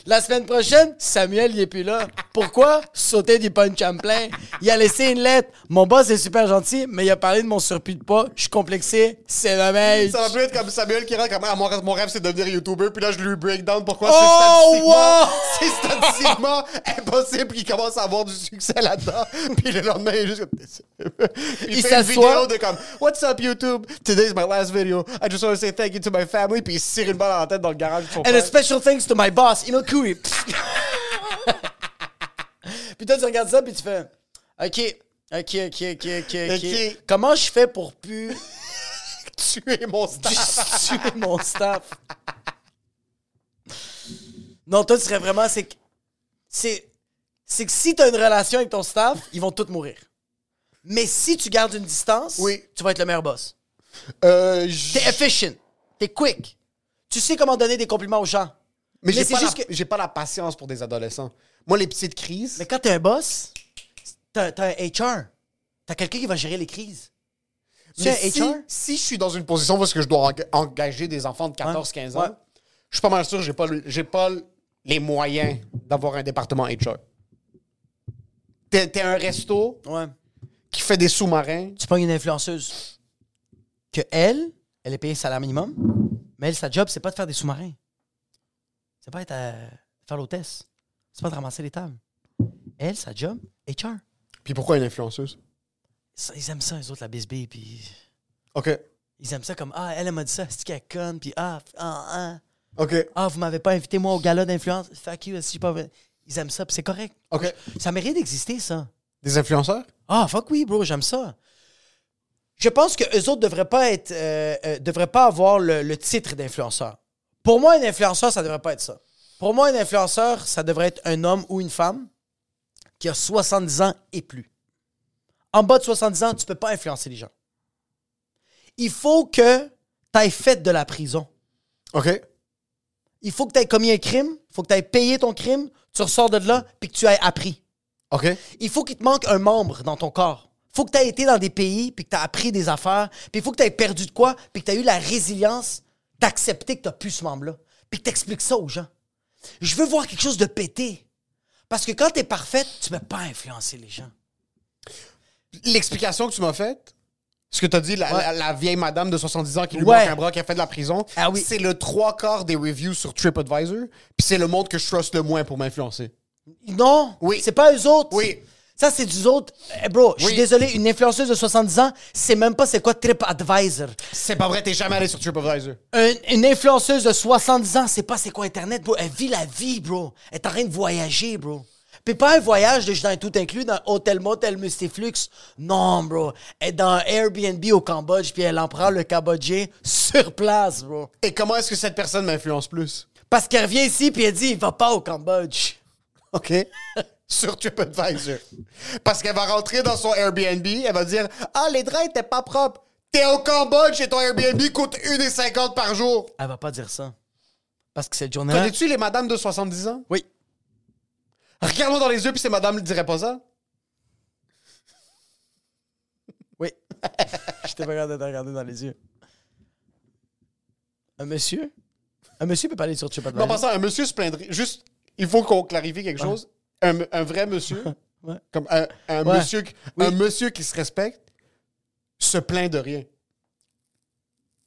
Speaker 2: La semaine prochaine, Samuel, il est plus là. Pourquoi? Sauter du punch en plein. Il a laissé une lettre. Mon boss est super gentil, mais il a parlé de mon surplus de poids. Je suis complexé. C'est dommage.
Speaker 3: Ça va plus être comme Samuel qui rentre comme Ah, mon, rêve- mon rêve c'est de devenir YouTuber, puis là je lui break down pourquoi
Speaker 2: Oh,
Speaker 3: [laughs] c'est statistiquement, c'est statistiquement impossible, puis il commence à avoir du succès là-dedans, [laughs] puis le lendemain il est juste comme. [laughs] il fait une
Speaker 2: s'assoit.
Speaker 3: vidéo de comme What's up YouTube? Today's my last video. I just want to say thank you to my family, puis il se tire une balle dans la tête dans le garage de son
Speaker 2: And
Speaker 3: père.
Speaker 2: a special thanks to my boss,
Speaker 3: [laughs]
Speaker 2: Inokuri. puis toi, tu regardes ça, puis tu fais OK, OK, OK, OK, OK, OK.
Speaker 3: Ok.
Speaker 2: Comment je fais pour plus [laughs]
Speaker 3: Tuer mon staff.
Speaker 2: tuer mon staff? Non, toi, tu serais vraiment. C'est que, c'est, c'est que si tu as une relation avec ton staff, ils vont tous mourir. Mais si tu gardes une distance,
Speaker 3: Oui.
Speaker 2: tu vas être le meilleur boss.
Speaker 3: Euh, j-
Speaker 2: T'es efficient, t'es quick. Tu sais comment donner des compliments aux gens.
Speaker 3: mais j'ai
Speaker 2: c'est
Speaker 3: pas, la-
Speaker 2: juste que-
Speaker 3: j'ai pas la patience pour des adolescents. Moi, les petites crises.
Speaker 2: Mais quand t'es un boss, t'as t'as un HR. T'as quelqu'un qui va gérer les crises. Tu
Speaker 3: Mais
Speaker 2: es un
Speaker 3: si,
Speaker 2: HR?
Speaker 3: si je suis dans une position parce que je dois enga- engager des enfants de 14-15 ans,
Speaker 2: Ouais.
Speaker 3: je suis pas mal sûr que j'ai pas, le- j'ai pas le- les moyens d'avoir un département HR. T'es t'es un resto
Speaker 2: Ouais.
Speaker 3: qui fait des sous-marins.
Speaker 2: Tu prends une influenceuse. Que elle, elle est payée salaire minimum, mais elle, sa job, c'est pas de faire des sous-marins. C'est pas être à faire l'hôtesse. C'est pas de ramasser les tables. Elle, sa job, HR.
Speaker 3: Puis pourquoi une influenceuse?
Speaker 2: Ça, ils aiment ça, les autres, la bisbille, puis...
Speaker 3: OK.
Speaker 2: Ils aiment ça comme, ah, elle, elle m'a dit ça, c'est qu'elle est conne, puis ah, f- ah, ah,
Speaker 3: OK.
Speaker 2: ah, vous m'avez pas invité, moi, au gala d'influence. Fuck you, si j'ai pas... Ils aiment ça, puis c'est correct.
Speaker 3: OK.
Speaker 2: Ça mérite d'exister, ça.
Speaker 3: Des influenceurs?
Speaker 2: Ah, fuck oui, bro, j'aime ça. Je pense que eux autres devraient pas être, euh, euh, devraient pas avoir le, le titre d'influenceur. Pour moi, un influenceur, ça devrait pas être ça. Pour moi, un influenceur, ça devrait être un homme ou une femme qui a 70 ans et plus. En bas de 70 ans, tu peux pas influencer les gens. Il faut que tu aies fait de la prison.
Speaker 3: OK.
Speaker 2: Il faut que tu aies commis un crime, il faut que tu aies payé ton crime, tu ressors de là, puis que tu aies appris.
Speaker 3: OK.
Speaker 2: Il faut qu'il te manque un membre dans ton corps. faut que tu aies été dans des pays, puis que tu as appris des affaires, puis il faut que tu aies perdu de quoi, puis que tu as eu la résilience d'accepter que tu plus ce membre-là, puis que tu expliques ça aux gens. Je veux voir quelque chose de pété. Parce que quand tu es parfaite, tu peux pas influencer les gens.
Speaker 3: L'explication que tu m'as faite, ce que tu as dit, la,
Speaker 2: Ouais.
Speaker 3: la- la vieille madame de 70 ans qui lui
Speaker 2: Ouais.
Speaker 3: manque un bras, qui a fait de la prison,
Speaker 2: Ah oui.
Speaker 3: c'est le trois quarts des reviews sur TripAdvisor, puis c'est le monde que je trust le moins pour m'influencer.
Speaker 2: Non,
Speaker 3: Oui.
Speaker 2: c'est pas eux autres.
Speaker 3: Oui.
Speaker 2: Ça, c'est du autres. Eh, bro, je suis
Speaker 3: Oui.
Speaker 2: désolé, une influenceuse de 70 ans, c'est même pas c'est quoi TripAdvisor.
Speaker 3: C'est pas vrai, t'es jamais allé sur TripAdvisor.
Speaker 2: Un- une influenceuse de 70 ans, c'est pas c'est quoi Internet, bro. Elle vit la vie, bro. Elle est en train de voyager, bro. Puis pas un voyage de je suis dans un tout inclus, dans un hôtel motel Mustiflux. Non, bro. Elle est dans un Airbnb au Cambodge, puis elle en prend le Cambodgien sur place, bro.
Speaker 3: Et comment est-ce que cette personne m'influence plus?
Speaker 2: Parce qu'elle revient ici, puis elle dit, il va pas au Cambodge.
Speaker 3: OK. [laughs] sur TripAdvisor. Parce qu'elle va rentrer dans son Airbnb, elle va dire Ah, les draps étaient pas propres. T'es au Cambodge et ton Airbnb coûte 1,50 par jour.
Speaker 2: Elle va pas dire ça. Parce que cette journée-là...
Speaker 3: Connais-tu les madames de 70 ans?
Speaker 2: Oui.
Speaker 3: Regarde-moi dans les yeux, puis ces madames ne diraient pas ça.
Speaker 2: Oui. [laughs] J'étais pas capable de te regarder dans les yeux. Un monsieur? Un monsieur peut pas aller sur
Speaker 3: Mais
Speaker 2: TripAdvisor.
Speaker 3: en passant, un monsieur se plaindrait. Juste, il faut qu'on clarifie quelque chose. Un, un vrai monsieur,
Speaker 2: [laughs] Ouais.
Speaker 3: comme un, un
Speaker 2: Ouais.
Speaker 3: monsieur, qui- un monsieur qui se respecte, se plaint de rien.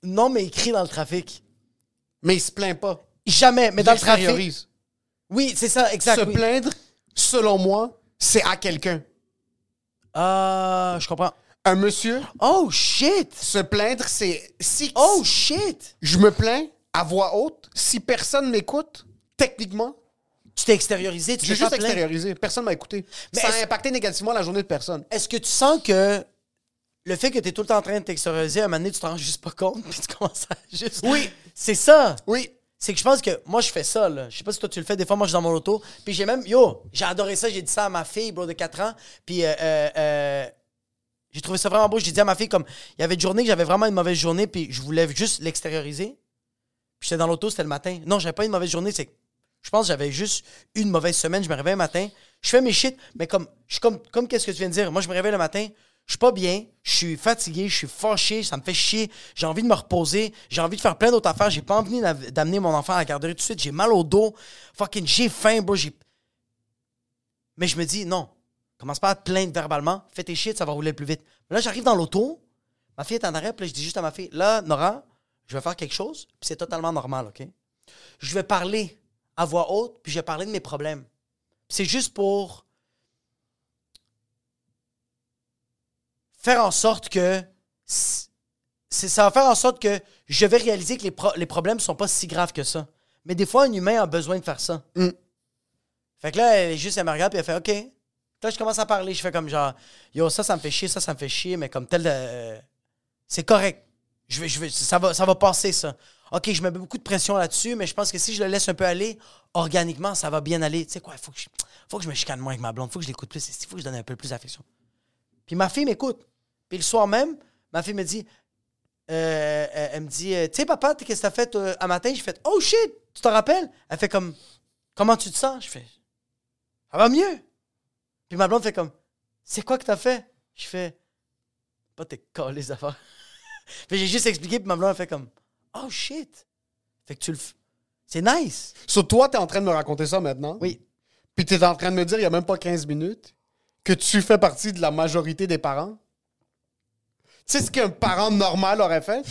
Speaker 2: Non, mais il crie dans le trafic.
Speaker 3: Mais il se plaint pas.
Speaker 2: Jamais, mais
Speaker 3: Il
Speaker 2: dans le trafic.
Speaker 3: extériorise.
Speaker 2: Oui, c'est ça, exact.
Speaker 3: Se
Speaker 2: oui.
Speaker 3: plaindre, selon moi, c'est à quelqu'un.
Speaker 2: Ah, je comprends.
Speaker 3: Un monsieur,
Speaker 2: Oh shit!
Speaker 3: se plaindre, c'est. Si,
Speaker 2: Oh
Speaker 3: si
Speaker 2: shit!
Speaker 3: je me plains à voix haute, si personne m'écoute, techniquement,
Speaker 2: Tu t'es extériorisé, tu t'es
Speaker 3: j'ai
Speaker 2: pas
Speaker 3: juste
Speaker 2: plaint.
Speaker 3: extériorisé. Personne m'a écouté.
Speaker 2: Mais
Speaker 3: Ça
Speaker 2: est-ce-
Speaker 3: a impacté négativement la journée de personne.
Speaker 2: Est-ce que tu sens que le fait que tu es tout le temps en train de t'extérioriser, à un moment donné, tu t'en rends juste pas compte, puis tu commences à juste.
Speaker 3: Oui.
Speaker 2: C'est ça!
Speaker 3: Oui.
Speaker 2: C'est que je pense que moi, je fais ça, là. Je sais pas si toi, tu le fais. Des fois, moi, je suis dans mon auto. Puis j'ai même. Yo, j'ai adoré ça. J'ai dit ça à ma fille, bro, de 4 ans. Puis euh, euh, euh, j'ai trouvé ça vraiment beau. J'ai dit à ma fille, comme, il y avait une journée que j'avais vraiment une mauvaise journée. Puis je voulais juste l'extérioriser. Puis j'étais dans l'auto, c'était le matin. Non, j'avais pas une mauvaise journée. C'est que je pense que j'avais juste eu une mauvaise semaine. Je me réveille le matin. Je fais mes shit. Mais comme, je suis comme, comme qu'est-ce que tu viens de dire? Moi, je me réveille le matin. je suis pas bien, je suis fatigué, je suis fâché, ça me fait chier, j'ai envie de me reposer, j'ai envie de faire plein d'autres affaires, j'ai pas envie d'av- d'amener mon enfant à la garderie tout de suite, j'ai mal au dos, fucking j'ai faim, bro, j'ai... Mais je me dis, non, commence pas à te plaindre verbalement, fais tes shit, ça va rouler le plus vite. Mais là, j'arrive dans l'auto, ma fille est en arrêt, puis là, je dis juste à ma fille, là, Nora, je vais faire quelque chose, puis c'est totalement normal, OK? Je vais parler à voix haute, puis je vais parler de mes problèmes. Puis C'est juste pour faire en sorte que. c- c'est- Ça va faire en sorte que je vais réaliser que les, pro- les problèmes sont pas si graves que ça. Mais des fois, un humain a besoin de faire ça. Fait que là, elle est juste, elle me regarde, puis elle fait OK. Là, je commence à parler. Je fais comme genre, yo, ça, ça me fait chier, ça, ça me fait chier, mais comme tel, euh, c'est correct. Je vais, je vais, ça, va, ça va passer, ça. OK, je mets beaucoup de pression là-dessus, mais je pense que si je le laisse un peu aller, organiquement, ça va bien aller. Tu sais quoi, faut que, je, faut que je me chicane moins avec ma blonde, faut que je l'écoute plus, il faut que je donne un peu plus d'affection. Puis ma fille m'écoute. Puis le soir même, ma fille me dit, euh, elle elle me dit, euh, tu sais, papa, t'es- qu'est-ce que t'as fait euh, un matin? Je fais, oh shit, tu te rappelles? Elle fait comme, comment tu te sens? Je fais, ça va mieux. Puis ma blonde fait comme, c'est quoi que t'as fait? Je fais, pas tes les affaires. puis j'ai juste expliqué, puis ma blonde elle fait comme, oh shit. Fait que tu le. f- C'est nice.
Speaker 3: Sur toi, t'es en train de me raconter ça maintenant.
Speaker 2: Oui.
Speaker 3: Puis t'es en train de me dire, il y a même pas 15 minutes, que tu fais partie de la majorité des parents. Tu sais ce qu'un parent normal aurait fait?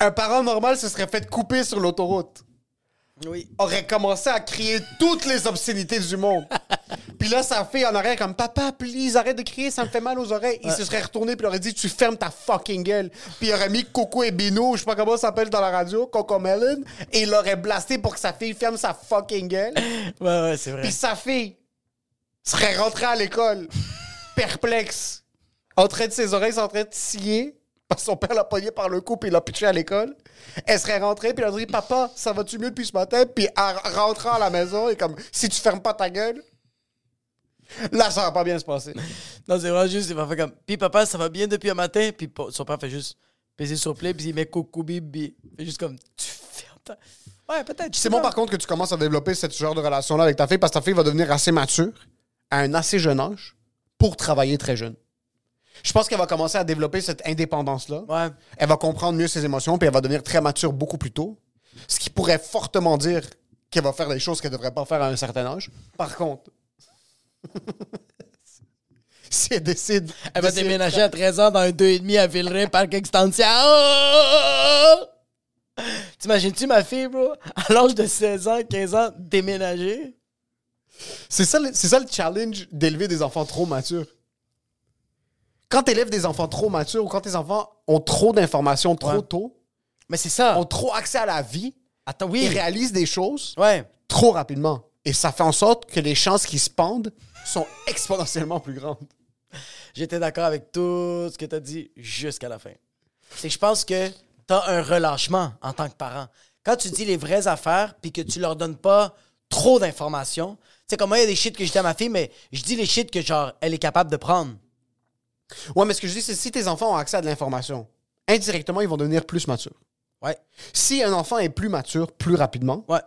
Speaker 3: Un parent normal se serait fait couper sur l'autoroute.
Speaker 2: Oui.
Speaker 3: Aurait commencé à crier toutes les obscénités du monde. Puis là, sa fille en aurait comme Papa, please, arrête de crier, ça me fait mal aux oreilles. Il se serait retourné puis il aurait dit Tu fermes ta fucking gueule. Puis il aurait mis Coco et Bino, je sais pas comment ça s'appelle dans la radio, Coco Melon, et il l'aurait blasté pour que sa fille ferme sa fucking gueule.
Speaker 2: Ouais, ouais, c'est vrai.
Speaker 3: Puis sa fille serait rentrée
Speaker 2: [laughs]
Speaker 3: à l'école, perplexe, en train de ses oreilles, sont en train de scier, parce que son père l'a pogné par le cou, puis il l'a pitché à l'école. Elle serait rentrée, puis elle aurait dit Papa, ça va-tu mieux depuis ce matin Puis en rentrant à la maison, et comme Si tu fermes pas ta gueule, là, ça va pas bien se passer.
Speaker 2: Non, c'est vraiment juste, il m'a fait comme, puis papa, ça va bien depuis un matin. Puis pa- son père fait juste baiser sur play, puis il met coucou bibi. Fait juste comme, tu fermes ta. Ouais, peut-être.
Speaker 3: C'est bon, par contre, que tu commences à développer ce genre de relation-là avec ta fille, parce que ta fille va devenir assez mature, à un assez jeune âge, pour travailler très jeune. Je pense qu'elle va commencer à développer cette indépendance-là.
Speaker 2: Ouais.
Speaker 3: Elle va comprendre mieux ses émotions, puis elle va devenir très mature beaucoup plus tôt. Ce qui pourrait fortement dire qu'elle va faire des choses qu'elle ne devrait pas faire à un certain âge. Par contre, [laughs] si elle décide.
Speaker 2: Elle va
Speaker 3: d'essayer-
Speaker 2: déménager à 13 ans dans un 2,5 à Villeray, parc extension. T'imagines-tu ma fille, bro, à l'âge de 16 ans, 15 ans, déménager?
Speaker 3: C'est ça, le- c'est ça le challenge d'élever des enfants trop matures. Quand tu élèves des enfants trop matures ou quand tes enfants ont trop d'informations trop
Speaker 2: Ouais.
Speaker 3: tôt,
Speaker 2: Mais c'est ça.
Speaker 3: ont trop accès à la vie,
Speaker 2: Attends,
Speaker 3: ils
Speaker 2: oui.
Speaker 3: réalisent des choses
Speaker 2: Ouais.
Speaker 3: trop rapidement. Et ça fait en sorte que les chances qu'ils se pendent sont exponentiellement plus grandes.
Speaker 2: J'étais d'accord avec tout ce que tu as dit jusqu'à la fin. C'est que je pense que tu as un relâchement en tant que parent. Quand tu dis les vraies affaires puis que tu leur donnes pas trop d'informations, tu sais, comme moi, il y a des shit que je dis à ma fille, mais je dis les shit que, genre, elle est capable de prendre.
Speaker 3: Ouais, mais ce que je dis, c'est si tes enfants ont accès à de l'information, indirectement, ils vont devenir plus matures.
Speaker 2: Ouais.
Speaker 3: Si un enfant est plus mature plus rapidement,
Speaker 2: Ouais.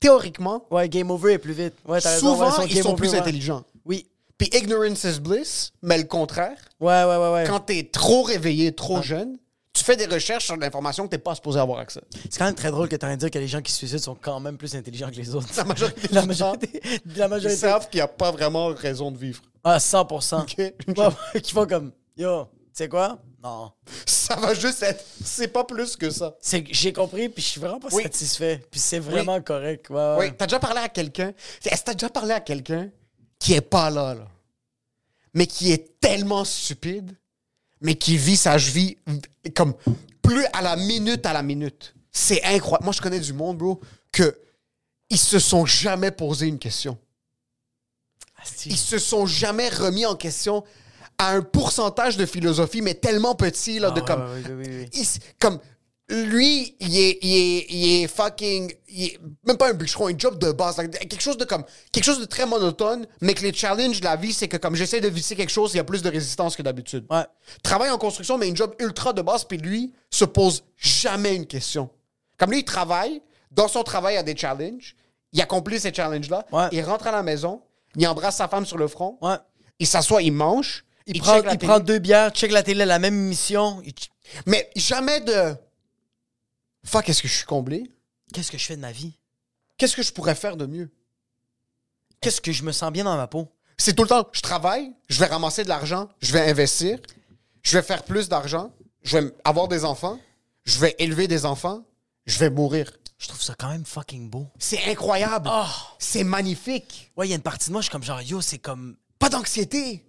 Speaker 3: théoriquement,
Speaker 2: Ouais, game over est plus vite. Ouais, t'as raison,
Speaker 3: souvent,
Speaker 2: ouais, son
Speaker 3: ils
Speaker 2: game
Speaker 3: sont
Speaker 2: over,
Speaker 3: plus
Speaker 2: ouais.
Speaker 3: intelligents.
Speaker 2: Oui.
Speaker 3: Puis ignorance is bliss, mais le contraire,
Speaker 2: Ouais, ouais, ouais, ouais.
Speaker 3: quand t'es trop réveillé, trop jeune, tu fais des recherches sur de l'information que t'es pas supposé avoir accès. [laughs]
Speaker 2: C'est quand même très drôle que tu aies dire que les gens qui se suicident sont quand même plus intelligents que les autres.
Speaker 3: La majorité
Speaker 2: [laughs] La
Speaker 3: du
Speaker 2: majorité. La
Speaker 3: Ils
Speaker 2: majorité.
Speaker 3: savent qu'il n'y a pas vraiment raison de vivre.
Speaker 2: Ah, 100%.
Speaker 3: Ok.
Speaker 2: Ouais, ouais, qui font comme, yo, tu sais quoi? Non.
Speaker 3: Ça va juste être... C'est pas plus que ça.
Speaker 2: C'est que j'ai compris, puis je suis vraiment pas
Speaker 3: Oui.
Speaker 2: satisfait. Puis c'est vraiment correct. Ouais, ouais.
Speaker 3: Oui, t'as déjà parlé à quelqu'un. Est-ce que t'as déjà parlé à quelqu'un qui est pas là, là, mais qui est tellement stupide, mais qui vit sa vie comme plus à la minute à la minute. C'est incroyable. Moi, je connais du monde, bro, que ils se sont jamais posé une question.
Speaker 2: Asti.
Speaker 3: Ils se sont jamais remis en question à un pourcentage de philosophie, mais tellement petit, là, de
Speaker 2: ouais,
Speaker 3: comme.
Speaker 2: Ah, ouais, ouais, ouais, ouais.
Speaker 3: Il s- comme lui, il est, il est- il est fucking. il est même pas un bûcheron, un job de base. like, quelque chose de comme. Quelque chose de très monotone, mais que les challenges de la vie, c'est que comme j'essaie de visser quelque chose, il y a plus de résistance que d'habitude.
Speaker 2: Ouais.
Speaker 3: Travaille en construction, mais une job ultra de base, puis lui se pose jamais une question. Comme lui, il travaille, dans son travail, il y a des challenges, il accomplit ces challenges-là,
Speaker 2: Ouais.
Speaker 3: il rentre à la maison, il embrasse sa femme sur le front,
Speaker 2: Ouais.
Speaker 3: il s'assoit, il mange,
Speaker 2: Il,
Speaker 3: Il
Speaker 2: prend,
Speaker 3: check la
Speaker 2: il
Speaker 3: télé.
Speaker 2: prend deux bières, check la télé, la même émission. il ch-
Speaker 3: Mais jamais de. Fuck, est-ce que je suis comblé?
Speaker 2: Qu'est-ce que je fais de ma vie?
Speaker 3: Qu'est-ce que je pourrais faire de mieux?
Speaker 2: Qu'est-ce que je me sens bien dans ma peau?
Speaker 3: C'est tout le temps, je travaille, je vais ramasser de l'argent, je vais investir, je vais faire plus d'argent, je vais avoir des enfants, je vais élever des enfants, je vais mourir.
Speaker 2: Je trouve ça quand même fucking beau.
Speaker 3: C'est incroyable.
Speaker 2: Ah.
Speaker 3: C'est magnifique.
Speaker 2: Ouais, il y a une partie de moi, je suis comme genre, yo, c'est comme.
Speaker 3: Pas d'anxiété.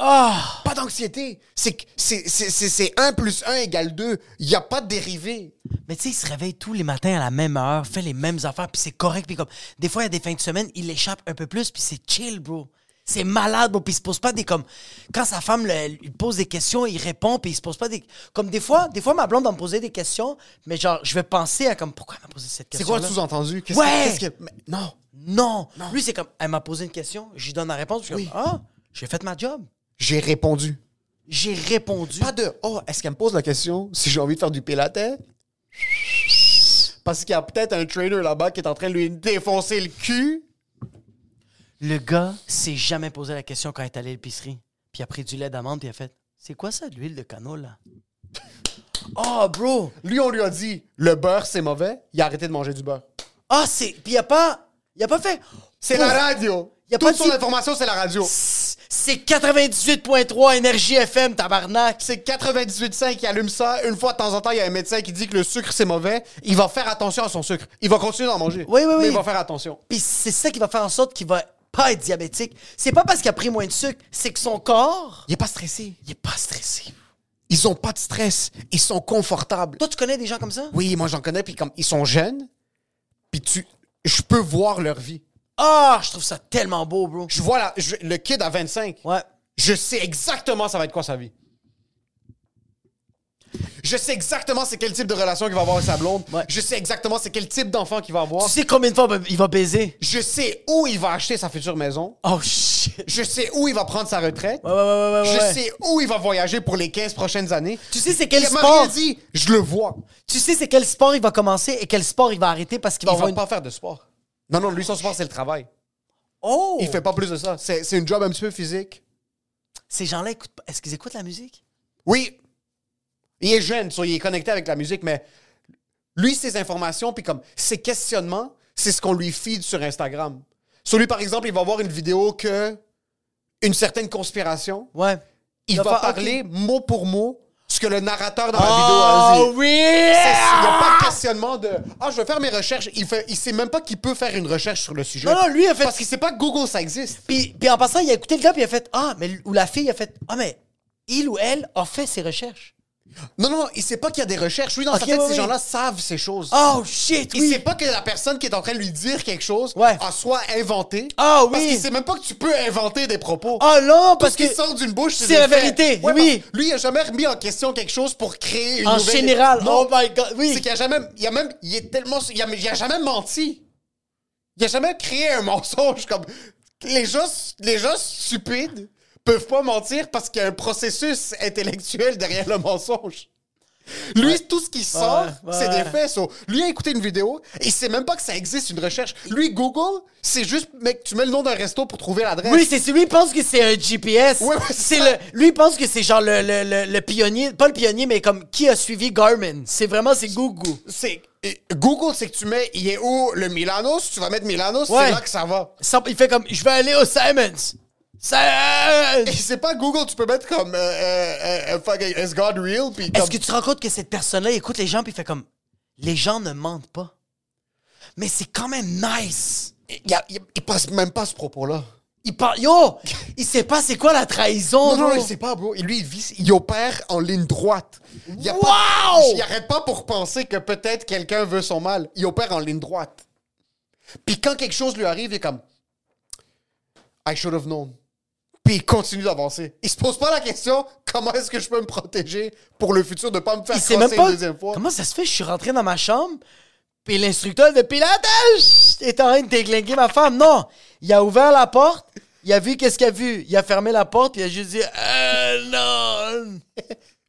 Speaker 2: Ah!
Speaker 3: Pas d'anxiété. C'est que- c'est- c'est- c'est c'est 1 plus 1 égale 2. Il n'y a pas de dérivé.
Speaker 2: Mais tu sais, il se réveille tous les matins à la même heure, fait les mêmes affaires, puis c'est correct. Puis comme, des fois, il y a des fins de semaine, il l'échappe un peu plus, puis c'est chill, bro. C'est malade, bro. Puis il se pose pas des comme. Quand sa femme le- lui pose des questions, il répond, puis il se pose pas des. Comme des fois, des fois, ma blonde va me poser des questions, mais genre, je vais penser à comme, pourquoi elle m'a posé cette
Speaker 3: C'est
Speaker 2: question?
Speaker 3: quoi le sous-entendu? Qu'est-ce
Speaker 2: Ouais!
Speaker 3: que- qu'est-ce que- mais non.
Speaker 2: Non. Lui, c'est comme, elle m'a posé une question, je lui donne la réponse, puis je suis
Speaker 3: Oui.
Speaker 2: comme, ah, j'ai fait ma job.
Speaker 3: J'ai répondu.
Speaker 2: J'ai répondu.
Speaker 3: Pas de Oh, est-ce qu'elle me pose la question si j'ai envie de faire du pilates? Parce qu'il y a peut-être un trainer là-bas qui est en train de lui défoncer le cul.
Speaker 2: Le gars s'est jamais posé la question quand il est allé à l'épicerie. Puis il a pris du lait d'amande, puis il a fait C'est quoi ça, de l'huile de canola là Oh, bro
Speaker 3: Lui, on lui a dit le beurre, c'est mauvais. Il a arrêté de manger du beurre.
Speaker 2: Ah, c'est. Puis il a pas. Il a pas fait.
Speaker 3: C'est
Speaker 2: Pour-
Speaker 3: la radio.
Speaker 2: Y a
Speaker 3: Toute
Speaker 2: pas
Speaker 3: son
Speaker 2: dit-
Speaker 3: information, c'est la radio.
Speaker 2: C'est 98.3 Énergie FM, tabarnak
Speaker 3: C'est 98,5 qui allume ça. Une fois de temps en temps, il y a un médecin qui dit que le sucre, c'est mauvais. Il va faire attention à son sucre. Il va continuer d'en manger.
Speaker 2: Oui, oui, oui.
Speaker 3: Mais il va faire attention.
Speaker 2: Puis c'est ça qui va faire en sorte qu'il va pas être diabétique. C'est pas parce qu'il a pris moins de sucre, c'est que son corps.
Speaker 3: Il est pas stressé.
Speaker 2: Il est pas stressé.
Speaker 3: Ils ont pas de stress. Ils sont confortables.
Speaker 2: Toi, tu connais des gens comme ça
Speaker 3: Oui, moi, j'en connais. Puis comme ils sont jeunes, puis tu... Je peux voir leur vie.
Speaker 2: Ah, je trouve ça tellement beau, bro.
Speaker 3: Je vois la- je- le kid à 25.
Speaker 2: Ouais.
Speaker 3: Je sais exactement ça va être quoi sa vie. Je sais exactement c'est quel type de relation qu'il va avoir avec sa blonde.
Speaker 2: Ouais.
Speaker 3: Je sais exactement c'est quel type d'enfant qu'il va avoir.
Speaker 2: Tu sais combien de fois il va baiser
Speaker 3: Je sais où il va acheter sa future maison.
Speaker 2: Oh shit.
Speaker 3: Je sais où il va prendre sa retraite.
Speaker 2: Ouais, ouais, ouais, ouais, ouais.
Speaker 3: Je
Speaker 2: ouais.
Speaker 3: sais où il va voyager pour les 15 prochaines années.
Speaker 2: Tu sais, c'est quel
Speaker 3: Il m'a
Speaker 2: sport?
Speaker 3: rien dit, je le vois.
Speaker 2: Tu sais c'est quel sport il va commencer et quel sport il va arrêter parce qu'il
Speaker 3: Il
Speaker 2: va
Speaker 3: va
Speaker 2: avoir une...
Speaker 3: pas faire de sport. Non, non, lui, son sport, c'est le travail.
Speaker 2: Oh!
Speaker 3: Il fait pas plus de ça. C'est c'est une job un petit peu physique.
Speaker 2: Ces gens-là, écoutent... pas- est-ce qu'ils écoutent la musique?
Speaker 3: Oui, il est jeune, so il est connecté avec la musique, mais lui, ses informations, puis comme ses questionnements, c'est ce qu'on lui feed sur Instagram. Sur lui, par exemple, il va voir une vidéo que une certaine conspiration.
Speaker 2: Ouais.
Speaker 3: Il
Speaker 2: va
Speaker 3: va,
Speaker 2: faire,
Speaker 3: parler mot pour mot ce que le narrateur dans la vidéo a dit.
Speaker 2: Oh oui!
Speaker 3: C'est- Il n'y a pas de questionnement de Ah, je vais faire mes recherches. Il fait, il sait même pas qu'il peut faire une recherche sur le sujet.
Speaker 2: Non, non, lui, il a fait-
Speaker 3: Parce qu'il sait pas que Google, ça existe.
Speaker 2: Puis, puis en passant, il a écouté le gars puis il a fait Ah, mais ou la fille il a fait Ah, mais il ou elle a fait ses recherches.
Speaker 3: Non, non, il sait pas qu'il y a des recherches. Lui, dans
Speaker 2: Ok,
Speaker 3: sa tête,
Speaker 2: oui,
Speaker 3: ces
Speaker 2: oui.
Speaker 3: gens-là savent ces choses.
Speaker 2: Oh shit!
Speaker 3: Il sait pas que la personne qui est en train de lui dire quelque chose
Speaker 2: Ouais.
Speaker 3: a soit inventé.
Speaker 2: Ah
Speaker 3: Parce
Speaker 2: oui.
Speaker 3: qu'il sait même pas que tu peux inventer des propos.
Speaker 2: Oh non, parce
Speaker 3: Ce
Speaker 2: que.
Speaker 3: qui sort d'une bouche,
Speaker 2: c'est
Speaker 3: des
Speaker 2: la
Speaker 3: faits.
Speaker 2: vérité,
Speaker 3: Ouais,
Speaker 2: oui.
Speaker 3: parce- Lui, il a jamais remis en question quelque chose pour créer une
Speaker 2: En
Speaker 3: nouvelle-
Speaker 2: général,
Speaker 3: Non.
Speaker 2: oh my God, oui.
Speaker 3: C'est qu'il a jamais, il a même, il est tellement, il a, il a jamais menti. Il a jamais créé un mensonge comme les gens, les gens stupides peuvent pas mentir parce qu'il y a un processus intellectuel derrière le mensonge. Lui, tout ce qui sort,
Speaker 2: ouais,
Speaker 3: c'est
Speaker 2: ouais.
Speaker 3: des faits. so. Lui a écouté une vidéo et il sait même pas que ça existe une recherche. Lui, Google, c'est juste, mec, tu mets le nom d'un resto pour trouver l'adresse.
Speaker 2: Oui, c'est lui il pense que c'est un GPS.
Speaker 3: Ouais, ouais, c'est
Speaker 2: c'est
Speaker 3: ça.
Speaker 2: le lui il pense que c'est genre le, le, le, le pionnier, pas le pionnier mais comme qui a suivi Garmin. C'est vraiment c'est Google.
Speaker 3: c'est et Google, c'est que tu mets il est où le Milano, si tu vas mettre Milano,
Speaker 2: Ouais.
Speaker 3: c'est là que ça va.
Speaker 2: Ça- il fait comme je vais aller au Simons.
Speaker 3: Et
Speaker 2: Simons.
Speaker 3: c'est pas Google, tu peux mettre comme euh, euh, euh, euh, fucking Is God real puis comme-
Speaker 2: Est-ce que tu te rends compte que cette personne-là écoute les gens puis fait comme les gens ne mentent pas. Mais c'est quand même nice.
Speaker 3: il, y a- il- il passe même pas ce propos là.
Speaker 2: Il parle yo, il sait pas c'est quoi la trahison.
Speaker 3: Non, non,
Speaker 2: bro.
Speaker 3: il sait pas, bro. Et lui, il, vit- il opère en ligne droite. Il y a pas,
Speaker 2: Wow!
Speaker 3: il arrête pas pour penser que peut-être quelqu'un veut son mal. Il opère en ligne droite. Puis quand quelque chose lui arrive, il est comme I should have known. Puis il continue d'avancer. Il se pose pas la question comment est-ce que je peux me protéger pour le futur de pas me faire
Speaker 2: Il sait
Speaker 3: crosser
Speaker 2: même pas.
Speaker 3: une deuxième fois.
Speaker 2: Comment ça se fait? Je suis rentré dans ma chambre, puis l'instructeur de pilates est en train de déglinguer ma femme. Non! Il a ouvert la porte, il a vu qu'est-ce qu'il a vu. Il a fermé la porte, puis il a juste dit Euh, non!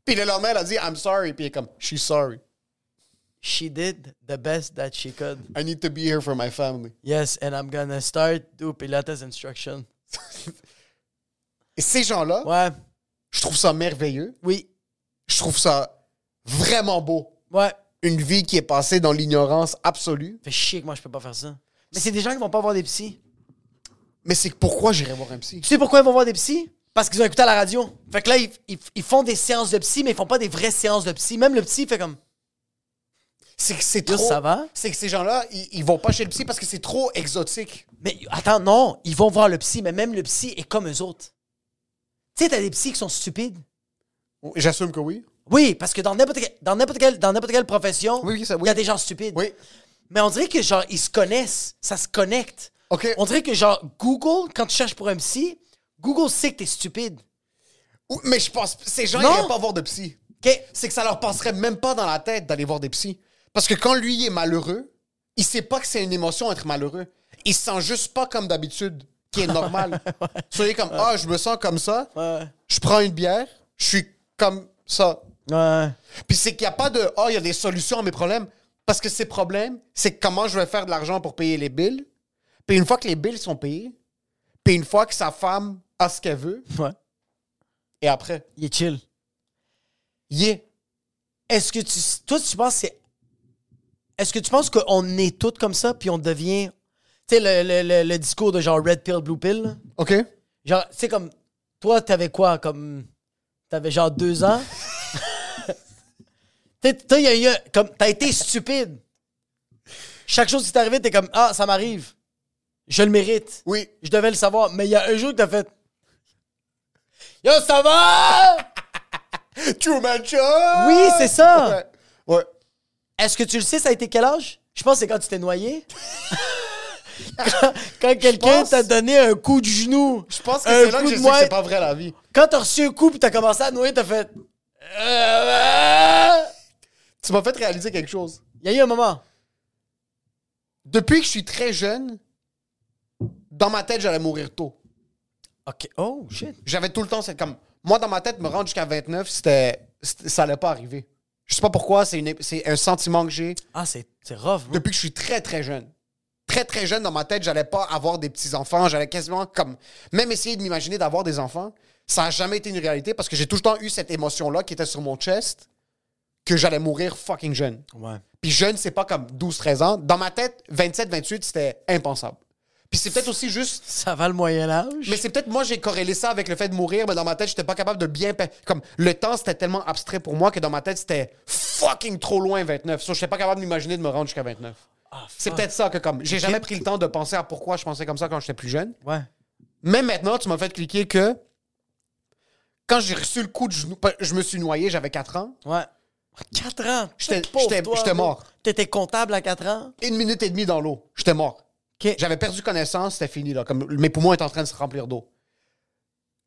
Speaker 3: Puis le lendemain, elle a dit I'm sorry. Puis il est comme She's sorry.
Speaker 2: She did the best that she could.
Speaker 3: I need to be here for my family.
Speaker 2: Yes, and I'm gonna start do pilates instruction.
Speaker 3: Et ces gens-là,
Speaker 2: Ouais.
Speaker 3: Je trouve ça merveilleux.
Speaker 2: Oui.
Speaker 3: Je trouve ça vraiment beau.
Speaker 2: Ouais.
Speaker 3: Une vie qui est passée dans l'ignorance absolue.
Speaker 2: Fait chier que moi, je peux pas faire ça. Mais c'est des gens qui vont pas voir des psys.
Speaker 3: Mais c'est pourquoi j'irais voir un psy?
Speaker 2: Tu sais pourquoi ils vont voir des psys? Parce qu'ils ont écouté à la radio. Fait que là, ils, ils- ils font des séances de psy, mais ils font pas des vraies séances de psy. Même le psy fait comme.
Speaker 3: C'est que c'est
Speaker 2: Yo,
Speaker 3: trop.
Speaker 2: ça va?
Speaker 3: C'est que ces gens-là, ils, ils vont pas chez le psy parce que c'est trop exotique.
Speaker 2: Mais attends, non, ils vont voir le psy, mais même le psy est comme eux autres. Tu sais, t'as des psys qui sont stupides.
Speaker 3: J'assume que oui.
Speaker 2: Oui, parce que dans n'importe quelle, dans n'importe quelle, dans n'importe quelle profession,
Speaker 3: Oui, oui, ça, oui.
Speaker 2: il y a des gens stupides.
Speaker 3: Oui.
Speaker 2: Mais on dirait que genre ils se connaissent, ça se connecte.
Speaker 3: OK.
Speaker 2: On dirait que genre Google, quand tu cherches pour un psy, Google sait que t'es stupide.
Speaker 3: Ou- Mais je pense, ces gens
Speaker 2: Non.
Speaker 3: n'iraient pas voir de psy.
Speaker 2: OK?
Speaker 3: C'est que ça leur passerait même pas dans la tête d'aller voir des psys. Parce que quand lui est malheureux, il sait pas que c'est une émotion être malheureux. Il se sent juste pas comme d'habitude, qui
Speaker 2: [laughs]
Speaker 3: est normal. Soyez comme, ah, je me sens comme ça, je prends une bière, je suis comme ça.
Speaker 2: Ouais.
Speaker 3: Puis c'est qu'il n'y a pas de, ah, il y a des solutions à mes problèmes. Parce que ces problèmes, c'est comment je vais faire de l'argent pour payer les billes. Puis une fois que les billes sont payées, puis une fois que sa femme a ce qu'elle veut,
Speaker 2: Ouais.
Speaker 3: et après,
Speaker 2: Il est chill.
Speaker 3: yeah.
Speaker 2: Est-ce que tu. Toi, tu penses que c'est. Est-ce que tu penses qu'on est tous comme ça, puis on devient. Tu sais, le, le- le- le discours de genre red pill, blue pill? là?
Speaker 3: OK?
Speaker 2: Genre, tu sais, comme. Toi, t'avais quoi? Comme. T'avais genre deux ans? [laughs] Tu sais, t'as- y a- y a- comme T'as été stupide. Chaque chose qui t'est arrivée, t'es comme Ah, ça m'arrive. Je le mérite.
Speaker 3: Oui.
Speaker 2: Je devais le savoir. Mais il y a un jour que t'as fait. Yo, ça
Speaker 3: Ah! [laughs]
Speaker 2: va?
Speaker 3: Truman Show!
Speaker 2: Oui, c'est ça.
Speaker 3: ah! Ouais. Ouais.
Speaker 2: Est-ce que tu le sais, ça a été quel âge? Je pense que c'est quand tu t'es
Speaker 3: [laughs]
Speaker 2: noyé. quand quand quelqu'un
Speaker 3: pense-
Speaker 2: t'a donné un coup de genou.
Speaker 3: Je pense que
Speaker 2: un
Speaker 3: c'est là
Speaker 2: coup
Speaker 3: que je
Speaker 2: de
Speaker 3: sais que
Speaker 2: mouette.
Speaker 3: c'est pas vrai la vie.
Speaker 2: Quand t'as reçu un coup et t'as commencé à te noyer, t'as fait.
Speaker 3: Ah! Tu m'as fait réaliser quelque chose.
Speaker 2: Il y a eu un moment.
Speaker 3: Depuis que je suis très jeune, dans ma tête, j'allais mourir tôt.
Speaker 2: OK. Oh, shit.
Speaker 3: J'avais tout le temps, c'est comme. Moi, dans ma tête, me rendre jusqu'à 29, c'était. c'était- Ça allait pas arriver. Je sais pas pourquoi, c'est une- c'est un sentiment que j'ai
Speaker 2: Ah, c'est c'est rough. bro.
Speaker 3: depuis que je suis très, très jeune. Très, très jeune dans ma tête, j'allais pas avoir des petits-enfants. J'allais quasiment comme. Même essayer de m'imaginer d'avoir des enfants, ça a jamais été une réalité parce que j'ai tout le temps eu cette émotion-là qui était sur mon chest que j'allais mourir fucking jeune.
Speaker 2: Ouais.
Speaker 3: Puis jeune, c'est pas comme 12-13 ans. Dans ma tête, 27-28, c'était impensable. Puis c'est peut-être aussi juste
Speaker 2: Ça va le Moyen-Âge.
Speaker 3: mais c'est peut-être moi j'ai corrélé ça avec le fait de mourir, mais dans ma tête, j'étais pas capable de bien pe- comme le temps c'était tellement abstrait pour moi que dans ma tête, c'était fucking trop loin 29. Je j'étais pas capable d'imaginer de me rendre jusqu'à 29.
Speaker 2: Ah,
Speaker 3: c'est peut-être ça que comme j'ai jamais pris le temps de penser à pourquoi je pensais comme ça quand j'étais plus jeune.
Speaker 2: Ouais.
Speaker 3: Mais maintenant, tu m'as fait cliquer que quand j'ai reçu le coup de genou, pas- je me suis noyé, j'avais 4 ans.
Speaker 2: Ouais. 4 ans.
Speaker 3: J'étais-
Speaker 2: Pauvre
Speaker 3: j'étais-
Speaker 2: toi,
Speaker 3: j'étais
Speaker 2: bro.
Speaker 3: mort.
Speaker 2: T'étais comptable à 4 ans?
Speaker 3: Une minute et demie dans l'eau, j'étais mort.
Speaker 2: OK.
Speaker 3: J'avais perdu connaissance, c'était fini. Là, comme mes poumons étaient en train de se remplir d'eau.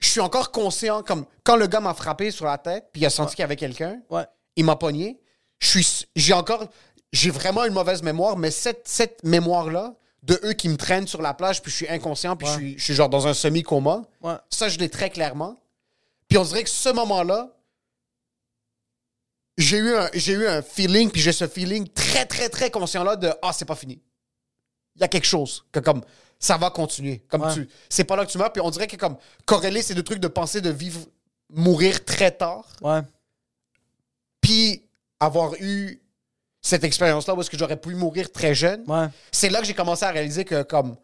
Speaker 3: Je suis encore conscient, comme quand le gars m'a frappé sur la tête, puis il a senti qu'il y avait quelqu'un,
Speaker 2: Ouais.
Speaker 3: il m'a pogné. Je suis, j'ai encore, j'ai vraiment une mauvaise mémoire, mais cette, cette mémoire-là, de eux qui me traînent sur la plage, puis je suis inconscient, puis je, suis, je suis genre dans un semi-coma,
Speaker 2: Ouais.
Speaker 3: ça, je l'ai très clairement. Puis on dirait que ce moment-là, j'ai eu, un, j'ai eu un feeling, puis j'ai ce feeling très, très, très conscient-là de Ah, c'est pas fini. Il y a quelque chose, que comme ça va continuer. Comme
Speaker 2: Ouais.
Speaker 3: tu. C'est pas là que tu meurs, puis on dirait que comme corréler ces deux trucs de penser de vivre, mourir très tard,
Speaker 2: Ouais.
Speaker 3: puis avoir eu cette expérience-là où est-ce que j'aurais pu mourir très jeune,
Speaker 2: Ouais.
Speaker 3: c'est là que j'ai commencé à réaliser que comme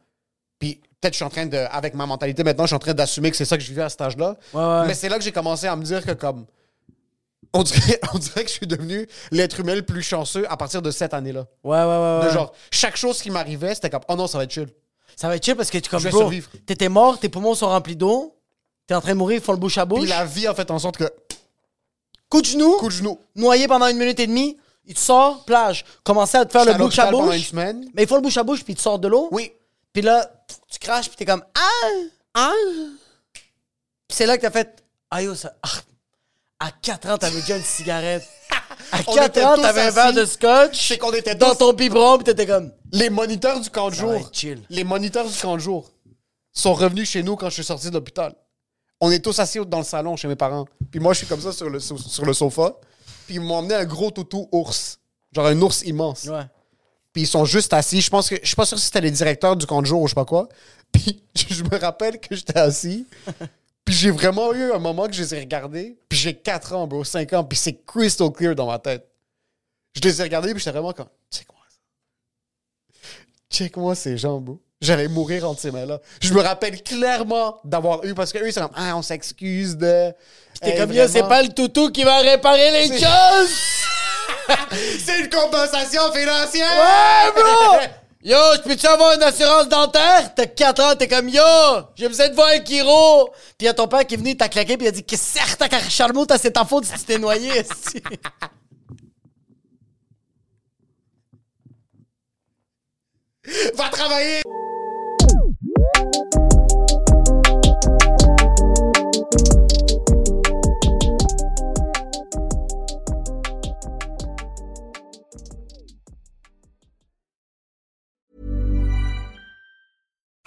Speaker 3: puis peut-être je suis en train de avec ma mentalité maintenant je suis en train d'assumer que c'est ça que je vivais à cet âge-là
Speaker 2: Ouais, ouais.
Speaker 3: mais c'est là que j'ai commencé à me dire que comme on dirait, [laughs] on dirait que je suis devenu l'être humain le plus chanceux à partir de cette année-là
Speaker 2: Ouais, ouais, ouais.
Speaker 3: De
Speaker 2: ouais.
Speaker 3: genre chaque chose qui m'arrivait c'était comme oh non ça va être chill
Speaker 2: Ça va être chill parce que tu comme
Speaker 3: Je vais
Speaker 2: bro,
Speaker 3: survivre.
Speaker 2: T'étais mort, tes poumons sont remplis d'eau. T'es en train de mourir, ils font le bouche à
Speaker 3: puis
Speaker 2: bouche.
Speaker 3: la vie a fait en sorte que
Speaker 2: Coup de genou,
Speaker 3: coup de genou
Speaker 2: noyé pendant une minute et demie, il te sort, plage. Commencer à te faire
Speaker 3: J'étais
Speaker 2: le
Speaker 3: à
Speaker 2: bouche à
Speaker 3: l'hôpital pendant
Speaker 2: bouche.
Speaker 3: une semaine.
Speaker 2: Mais ils font le bouche à bouche, puis ils te sortent de l'eau.
Speaker 3: oui
Speaker 2: Puis là, pff, tu craches, puis t'es comme Ah! Ah! Puis c'est là que t'as fait Aïe, ça. ah. À 4 ans, t'avais déjà une
Speaker 3: [laughs]
Speaker 2: cigarette. À
Speaker 3: On
Speaker 2: 4
Speaker 3: était
Speaker 2: ans,
Speaker 3: tous
Speaker 2: t'avais un
Speaker 3: assis.
Speaker 2: verre de scotch.
Speaker 3: C'est qu'on était
Speaker 2: dans
Speaker 3: tous-
Speaker 2: ton biberon, puis t'étais comme
Speaker 3: les moniteurs du camp de
Speaker 2: va
Speaker 3: jour
Speaker 2: être chill.
Speaker 3: les moniteurs du camp de jour sont revenus chez nous quand je suis sorti de l'hôpital on est tous assis dans le salon chez mes parents. Puis moi, je suis comme ça sur le, so- sur le sofa. Puis ils m'ont emmené un gros toutou ours. Genre un ours immense.
Speaker 2: Ouais.
Speaker 3: Puis ils sont juste assis. Je pense que je suis pas [laughs] sûr si c'était les directeurs du compte jour ou je sais pas quoi. Puis je me rappelle que j'étais assis. Puis j'ai vraiment eu un moment que je les ai regardés. Puis j'ai 4 ans, bro, 5 ans. Puis c'est crystal clear dans ma tête. Je les ai regardés, puis j'étais vraiment comme, check-moi ça. Check-moi ces gens, bro. J'allais mourir entre ces mains-là. Je me rappelle clairement d'avoir eu, parce que eux, c'est comme, ah, on s'excuse de.
Speaker 2: T'es
Speaker 3: Eh,
Speaker 2: comme, yo, c'est
Speaker 3: vraiment.
Speaker 2: pas le toutou qui va réparer les
Speaker 3: C'est-
Speaker 2: choses!
Speaker 3: C'est une compensation financière!
Speaker 2: Ouais,
Speaker 3: [laughs]
Speaker 2: bro! [laughs] Yo, je peux-tu avoir une assurance dentaire? T'as 4 ans, t'es comme, yo, j'ai besoin de voir un chiro. Puis y a ton père qui est venu, il t'a claqué, puis il a dit, que certes, t'as Charlemagne, t'as c'est ta faute si tu t'es noyé, [laughs] esti.
Speaker 3: Va travailler!